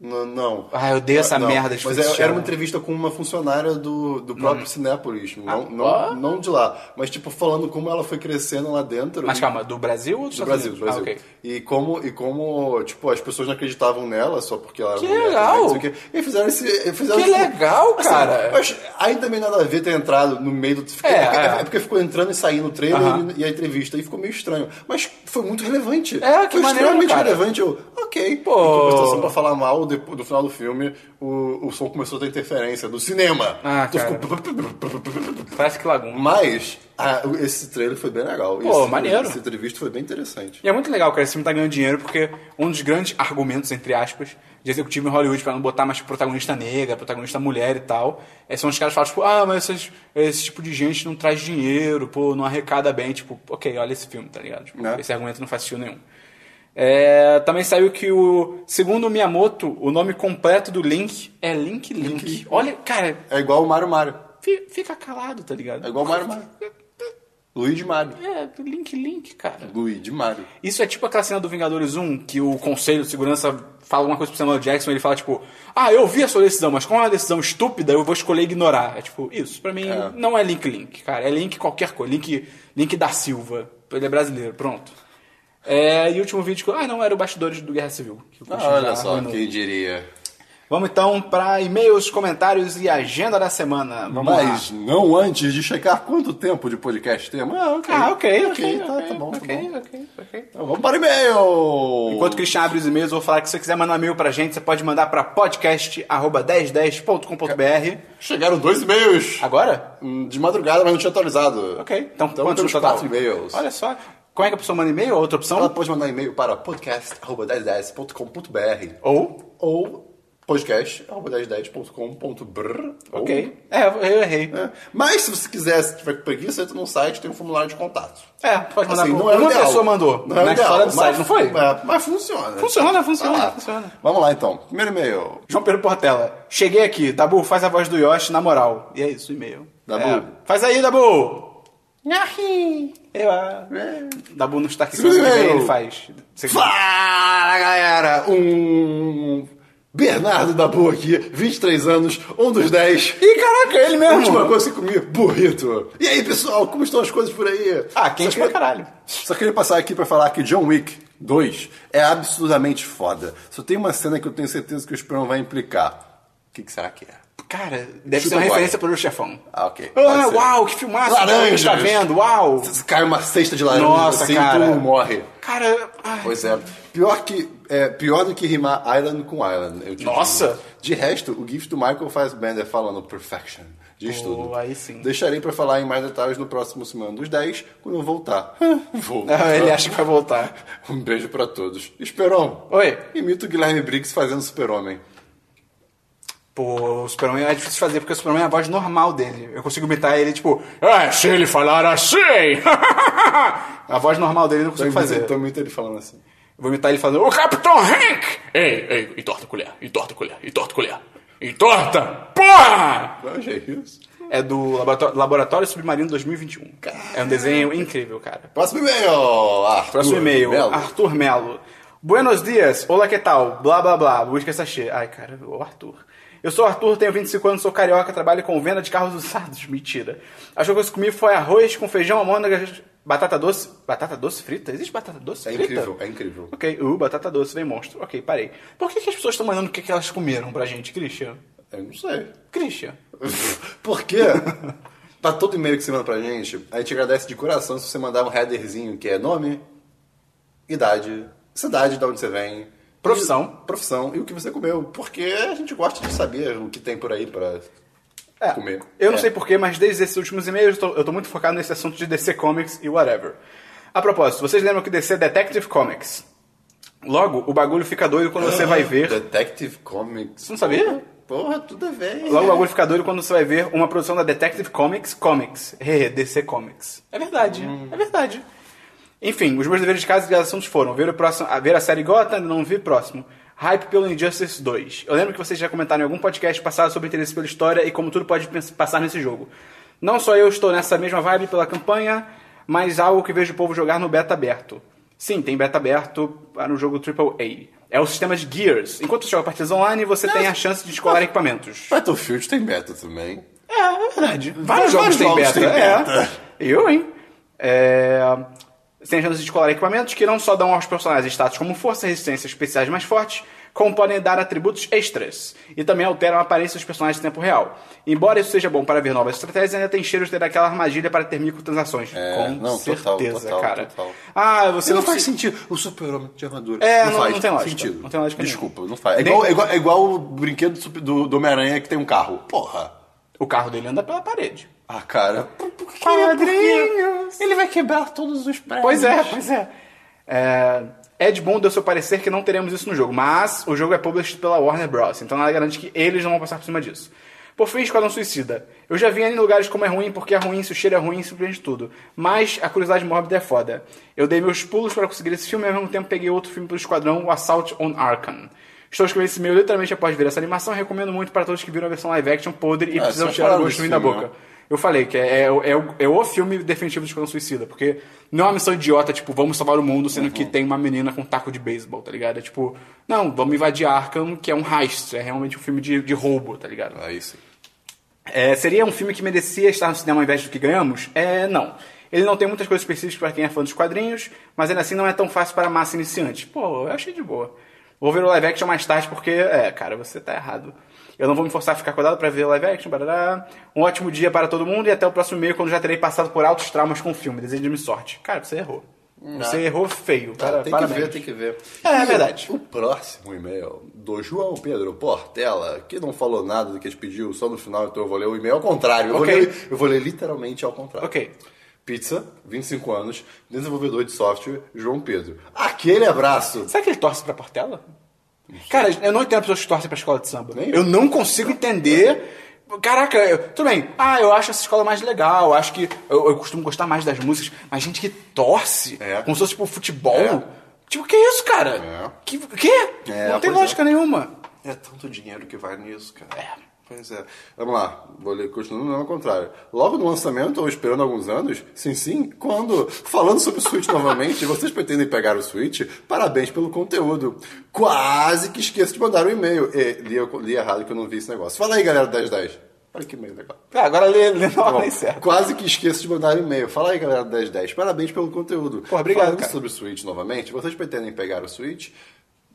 Não, não. Ah, eu odeio essa Não, merda de Mas Fritz é, era, era Schiller. uma entrevista com uma funcionária do, do próprio Cinépolis. Não, Ah, ó. não, não de lá. Mas, tipo, falando como ela foi crescendo lá dentro. Mas e- calma, Uhum. do Brasil ou dos do Estados Brasil, do Unidos? Brasil. Ah, ok. E como, e como, tipo, as pessoas não acreditavam nela só porque ela era Que mulher, legal! não sei o quê. E fizeram esse. Fizeram, Assim, Que legal, cara! Mas aí também nada a ver ter entrado no meio do. É, É, porque, é. é porque ficou entrando e saindo o trailer Aham. e, e a entrevista. E ficou meio estranho. Mas foi muito relevante. É, que foi maneiro, extremamente cara. relevante. Eu, ok, Pô. Em compensação pra falar mal, depois, do final do filme, o, o som começou a ter interferência do cinema. Ah, Então cara. ficou- Parece que Lagoon. Mas ah, esse trailer foi bem legal. Pô, esse, maneiro. Essa entrevista foi bem interessante. E é muito legal, cara, esse filme tá ganhando dinheiro porque um dos grandes argumentos, entre aspas, de executivo em Hollywood pra não botar mais protagonista negra, protagonista mulher e tal, é, são os caras que falam, tipo, ah, mas essas- esse tipo de gente não traz dinheiro, pô, não arrecada bem. Tipo, ok, olha esse filme, tá ligado? Tipo, Né? Esse argumento não faz sentido nenhum. É, também saiu que o, segundo o Miyamoto, o nome completo do Link é Link Link. Link. Olha, cara, É igual o Mario Mario. fi- fica calado, tá ligado? É igual o Mario Mario. Luigi Mario. É, Link Link, cara. Luigi Mario. Isso é tipo aquela cena do Vingadores 1, que o Conselho de Segurança fala alguma coisa pro Samuel Jackson e ele fala, tipo, ah, eu vi a sua decisão, mas como é uma decisão estúpida, eu vou escolher ignorar. É tipo, isso, pra mim, É. não é Link Link, cara. É Link qualquer coisa. Link, Link da Silva. Ele é brasileiro, pronto. É, e o último vídeo que eu... Ah, não, era o Bastidores do Guerra Civil. que o Ah, Christian já olha só, arruinou. quem diria. Vamos então pra e-mails, comentários e agenda da semana. Vamos lá. Mas não antes de checar quanto tempo de podcast temos. Ah, ok. Ah, ok, ok, tá, tá bom, ok, tá ok, bom. ok. Então, vamos para o e-mail. Enquanto o Christian abre os e-mails, eu vou falar que se você quiser mandar um e-mail pra gente, você pode mandar pra podcast.1010.com.br. Chegaram dois e-mails. Agora? Hum, De madrugada, mas não tinha atualizado. Ok. Então, então quantos temos no total? quatro e-mails. Olha então- só. Como é que a pessoa manda e-mail? Outra opção? Ela tá- pode mandar e-mail para podcast.1010.com.br Ou? ou podcast.1010.com.br Ok. É, eu errei. É. Mas se você quiser, se tiver com preguiça, entra no site tem um formulário de contato. É, pode mandar Assim, pro- não é o Uma ideal. pessoa mandou. Não é o na ideal, história do mas- site, não foi? é, mas funciona. Funciona, funciona, Vai lá. funciona. Vamos lá então. Primeiro e-mail. João Pedro Portela. Cheguei aqui. Dabu, faz a voz do Yoshi na moral. E é isso, e-mail. Dabu. É. Faz aí, Dabu! Eu, ah... Dabu não está aqui. Semana que vem E-mail. ele faz. Você- Fala galera! Um Bernardo da Boa aqui, 23 anos, um dos 10. Ih, caraca, é ele A mesmo! última coisa que comi, burrito. E aí, pessoal, como estão as coisas por aí? Ah, quente Só pra que- caralho. Só queria passar aqui pra falar que John Wick 2 é absurdamente foda. Só tem uma cena que eu tenho certeza que o Esperão vai implicar. O que, que será que é? Cara, deve Chuta ser uma agora. referência pro chefão. Ah, ok. Ah, Pode ser. uau, que filmaço! Laranjas. Tá vendo? Uau! Se cai uma cesta de laranja Nossa, assim, cara. tu morre. Cara, ai, Pois é. Pior, que, é. pior do que rimar Island com Island. eu te Nossa! digo. De resto, o gift do Michael Fassbender falando perfection. Diz Pô, tudo. Oh, aí sim. Deixarei pra falar em mais detalhes no próximo Semana dos 10, quando eu voltar. Vou. Ah, ele acha que vai voltar. Um beijo pra todos. Esperon. Oi. Imita o Guilherme Briggs fazendo Super-Homem. Pô, o Superman é difícil fazer porque o Superman é a voz normal dele. Eu consigo imitar ele, tipo, ah, se ele falar assim! a voz normal dele eu não Tô consigo fazer. imita- tô imita ele falando assim. Eu Vou imitar ele falando, o Capitão Hank! Ei, ei, entorta a colher, entorta a colher, entorta a colher. Entorta! Porra! Mas é isso. É do Laboratório, Laboratório Submarino 2021. É um desenho incrível, cara. Próximo e-mail. Arthur Próximo e-mail, Melo. Arthur Melo. Buenos dias, olá que tal? Blá blá blá, busca sachê. Ai, cara, o Arthur. Eu sou Arthur, tenho 25 anos, sou carioca, trabalho com venda de carros usados. Mentira. As coisas que eu comi foi arroz com feijão, almôndegas, batata doce. Batata doce frita? Existe batata doce É frita? incrível, é incrível. Ok, uh, batata doce, vem monstro. Ok, parei. Por que, que as pessoas estão mandando o que, que elas comeram pra gente, Christian? Eu não sei. Christian. Porque pra Tá todo e-mail que você manda pra gente, a gente agradece de coração se você mandar um headerzinho que é nome, idade, cidade de onde você vem, Profissão. e- profissão e o que você comeu. Porque a gente gosta de saber o que tem por aí pra É, comer. Eu não É. sei porquê, mas desde esses últimos e-mails eu tô, eu tô muito focado nesse assunto de DC Comics e whatever. A propósito, vocês lembram que DC é Detective Comics? Logo, o bagulho fica doido quando você vai ver. Detective Comics. Você não sabia? Porra, tudo a ver. Logo, o bagulho fica doido quando você vai ver uma produção da Detective Comics Comics. Hehe, DC Comics. É verdade, é verdade. Enfim, os meus deveres de casa e de assuntos foram ver, o próximo, a- ver a série Gotham, não vi próximo. Hype pelo Injustice 2. Eu lembro que vocês já comentaram em algum podcast passado sobre interesse pela história e como tudo pode pens- passar nesse jogo. Não só eu estou nessa mesma vibe pela campanha, mas algo que vejo o povo jogar no beta aberto. Sim, tem beta aberto ah, no jogo AAA. É o sistema de Gears. Enquanto você joga partidas online, você tem a chance de escolar equipamentos. Battlefield tem beta também. É, é verdade. Vários Vários, jogos têm jogos beta. têm É. Eu, hein? É... Tem a chance de escolar equipamentos que não só dão aos personagens status como força e resistência especiais mais fortes, como podem dar atributos extras. E também alteram a aparência dos personagens em tempo real. Embora isso seja bom para ver novas estratégias, ainda tem cheiro de ter aquela armadilha para ter microtransações. É, Com não, total, certeza, total, cara. total. Ah, você Você não, não, faz precisa- sentido. O super-homem de armadura. É, não- faz não tem lógica. Sentido. Não tem lógica nenhuma. Desculpa, não faz. É Nem- igual, é igual, é igual o brinquedo do super- do, do Homem-Aranha que tem um carro. Porra. O carro dele anda pela parede. Ah, cara. Quadrinhos! Ele vai quebrar todos os prédios. Pois é, pois é. é. Ed Boon deu seu parecer que não teremos isso no jogo, mas o jogo é published pela Warner Bros., então nada garante que eles não vão passar por cima disso. Por fim, Esquadrão Suicida. Eu já vi em lugares como é ruim, porque é ruim, se o cheiro é ruim, simplesmente tudo. Mas a curiosidade mórbida é foda. Eu dei meus pulos para conseguir esse filme e ao mesmo tempo peguei outro filme pelo Esquadrão, o Assault on Arkham. Estou escrevendo esse e-mail literalmente após ver essa animação e recomendo muito para todos que viram a versão live action podre e Ah, precisam vocês tirar o falaram gosto ruim da desse filme, boca. né? Eu falei que é, é, o- é o- é o filme definitivo do Esquadrão Suicida, porque não é uma missão idiota, tipo, vamos salvar o mundo, sendo que tem uma menina com um taco de beisebol, tá ligado? É tipo, não, vamos invadir Arkham, que é um heist, é realmente um filme de, de roubo, tá ligado? Ah, Aí sim. É, seria um filme que merecia estar no cinema ao invés do que ganhamos? É, não. Ele não tem muitas coisas específicas para quem é fã dos quadrinhos, mas ainda assim não é tão fácil para a massa iniciante. Pô, eu achei de boa. Vou ver o live action mais tarde porque, é, cara, você tá errado. Eu não vou me forçar a ficar acordado para ver o live action, barará. Um ótimo dia para todo mundo e até o próximo meio quando já terei passado por altos traumas com o filme. Desejo-me sorte. Cara, você errou. Você errou feio. Hum, Tá, Para, tem parabéns. que ver, tem que ver. É, é verdade. O próximo e-mail do João Pedro Portela, que não falou nada do que a gente pediu, só no final, então eu vou ler o e-mail ao contrário. Eu, Ok. vou, ler, eu vou ler literalmente ao contrário. Ok. Pizza, 25 anos, desenvolvedor de software, João Pedro. Aquele abraço! Será que ele torce pra Portela? Cara, eu não entendo pessoas que torcem pra escola de samba. né? Nem eu. eu não consigo entender. Caraca, eu- tudo bem. Ah, eu acho essa escola mais legal. eu Acho que eu, eu costumo gostar mais das músicas. Mas gente que torce, É. como se fosse tipo futebol. É. Tipo, que isso, cara? É. Que, que? É, não tem pois é. lógica nenhuma. É tanto dinheiro que vai nisso, cara. É. Pois é. Vamos lá, vou ler, continuando ao contrário. Logo no lançamento, ou esperando alguns anos, sim, sim, quando? Falando sobre o Switch novamente, vocês pretendem pegar o Switch? Parabéns pelo conteúdo. Quase que esqueço de mandar um e-mail. E, li, eu- li errado que eu não vi esse negócio. Fala aí, galera do 1010. Olha que e-mail legal. Ah, agora lê, lê na Tá bom. ordem certa. Quase que esqueço de mandar um e-mail. Fala aí, galera do 1010. Parabéns pelo conteúdo. Pô, obrigado, Falando cara. sobre o Switch novamente, vocês pretendem pegar o Switch?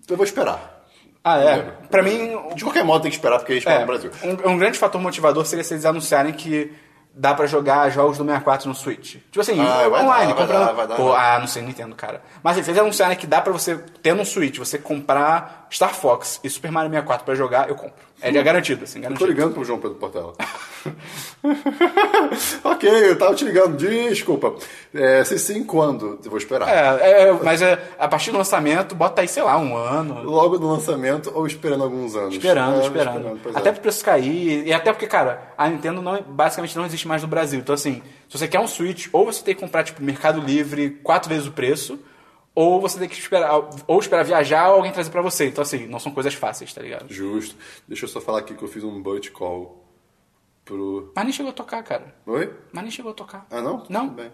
Eu vou esperar. Ah, é. Pra mim, De qualquer modo tem que esperar, porque a gente é, espera no Brasil. um, um grande fator motivador seria se eles anunciarem que dá pra jogar jogos do 64 no Switch. Tipo assim, Ah, vai online, dar, vai comprando. dar, vai dar, Pô, vai ah, não sei, não entendo, cara. Mas se eles anunciarem que dá pra você, tendo um Switch, você comprar Star Fox e Super Mario 64 pra jogar, eu compro. É é garantido, assim, Eu Tô garantido. ligando pro João Pedro Portela. ok, eu tava te ligando. Desculpa. É, se sim, quando? Eu vou esperar. É, é, mas é, a partir do lançamento, bota aí, sei lá, um ano. Logo no lançamento ou esperando alguns anos? Esperando, É, esperando. pois até é. pro preço cair. E até porque, cara, a Nintendo não, basicamente não existe mais no Brasil. Então, assim, se você quer um Switch, ou você tem que comprar, tipo, Mercado Livre, quatro vezes o preço, ou você tem que esperar, ou esperar viajar ou alguém trazer pra você. Então, assim, não são coisas fáceis, tá ligado? Justo. Deixa eu só falar aqui que eu fiz um butt call pro. Mas nem chegou a tocar, cara. Oi? Mas nem chegou a tocar. Ah, não? Não. Tudo bem.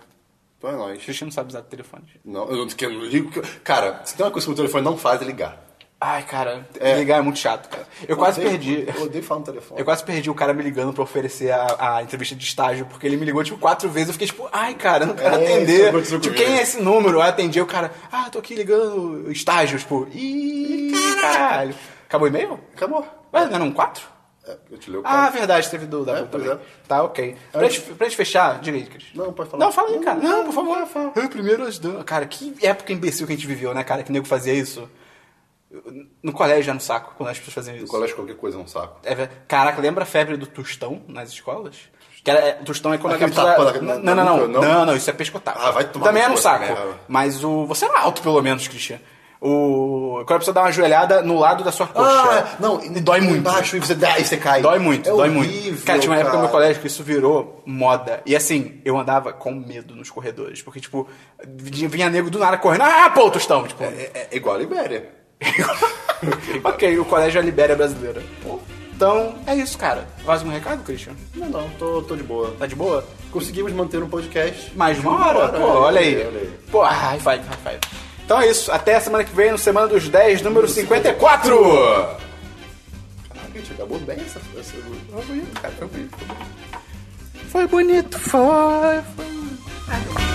Então é O nóis. Cristiano não sabe usar telefone. Não, eu não, que eu não ligo. que eu- Cara, se tem uma coisa que o telefone não faz é ligar. Ai, cara, ligar é muito chato, cara. Eu quase odeio- perdi. Eu odeio falar no telefone. Eu quase perdi o cara me ligando pra oferecer a, a entrevista de estágio, porque ele me ligou, tipo, quatro vezes. Eu fiquei, tipo, ai, cara, não quero É, isso atender. aconteceu Tipo, comigo. quem é esse número? Aí eu atendi, o cara, ah, tô aqui ligando estágio. Tipo, ih, caralho. Acabou o e-mail? Acabou. Ué, não era um quatro? É, eu te leio o Ah, cara. verdade, teve do da É, Google pois também. é. Tá, ok. Pra gente, pra gente fechar, direito, Cris. Não, pode falar. Não, fala aí, cara. Não, por favor. não, fala. Eu primeiro ajudando. Cara, que época imbecil que a gente viveu, né, cara? Que nego fazia isso. Eu- No colégio já no saco, quando as pessoas faziam isso. No colégio qualquer coisa é um saco. É ver- Caraca, lembra a febre do tostão nas escolas? Que era, é, tostão é quando Aquele a galera tapa precisava- na- Não, na- não, não, nuca, não. não? Não, isso é pescotar. Ah, vai tomar Também no era um cu saco. essa merda. Mas o. Você era alto, pelo menos, Cristian. O. Quando a pessoa dá uma ajoelhada no lado da sua coxa. Ah, não, e dói muito. Embaixo e você, dá, e você cai. Dói muito, É dói horrível, muito. Cara, tinha uma época no meu cara. colégio que isso virou moda. E assim, eu andava com medo nos corredores. Porque, tipo, vinha vinha nego do nada correndo. Ah, pô, tostão! Tipo, É, é igual a Libéria. ok, o colégio é a Libéria brasileira. Então, é isso, cara. Mais um recado, Christian? Não, não, tô, tô de boa. Tá de boa? Conseguimos manter um podcast. Mais de uma hora? Pô, olha aí. Pô, high five, high five. Então é isso. Até semana que vem, no Semana dos 10, número 54. Caraca, a gente acabou bem essa. essa... Foi bonito, cara, foi bonito. Foi bonito, foi. foi.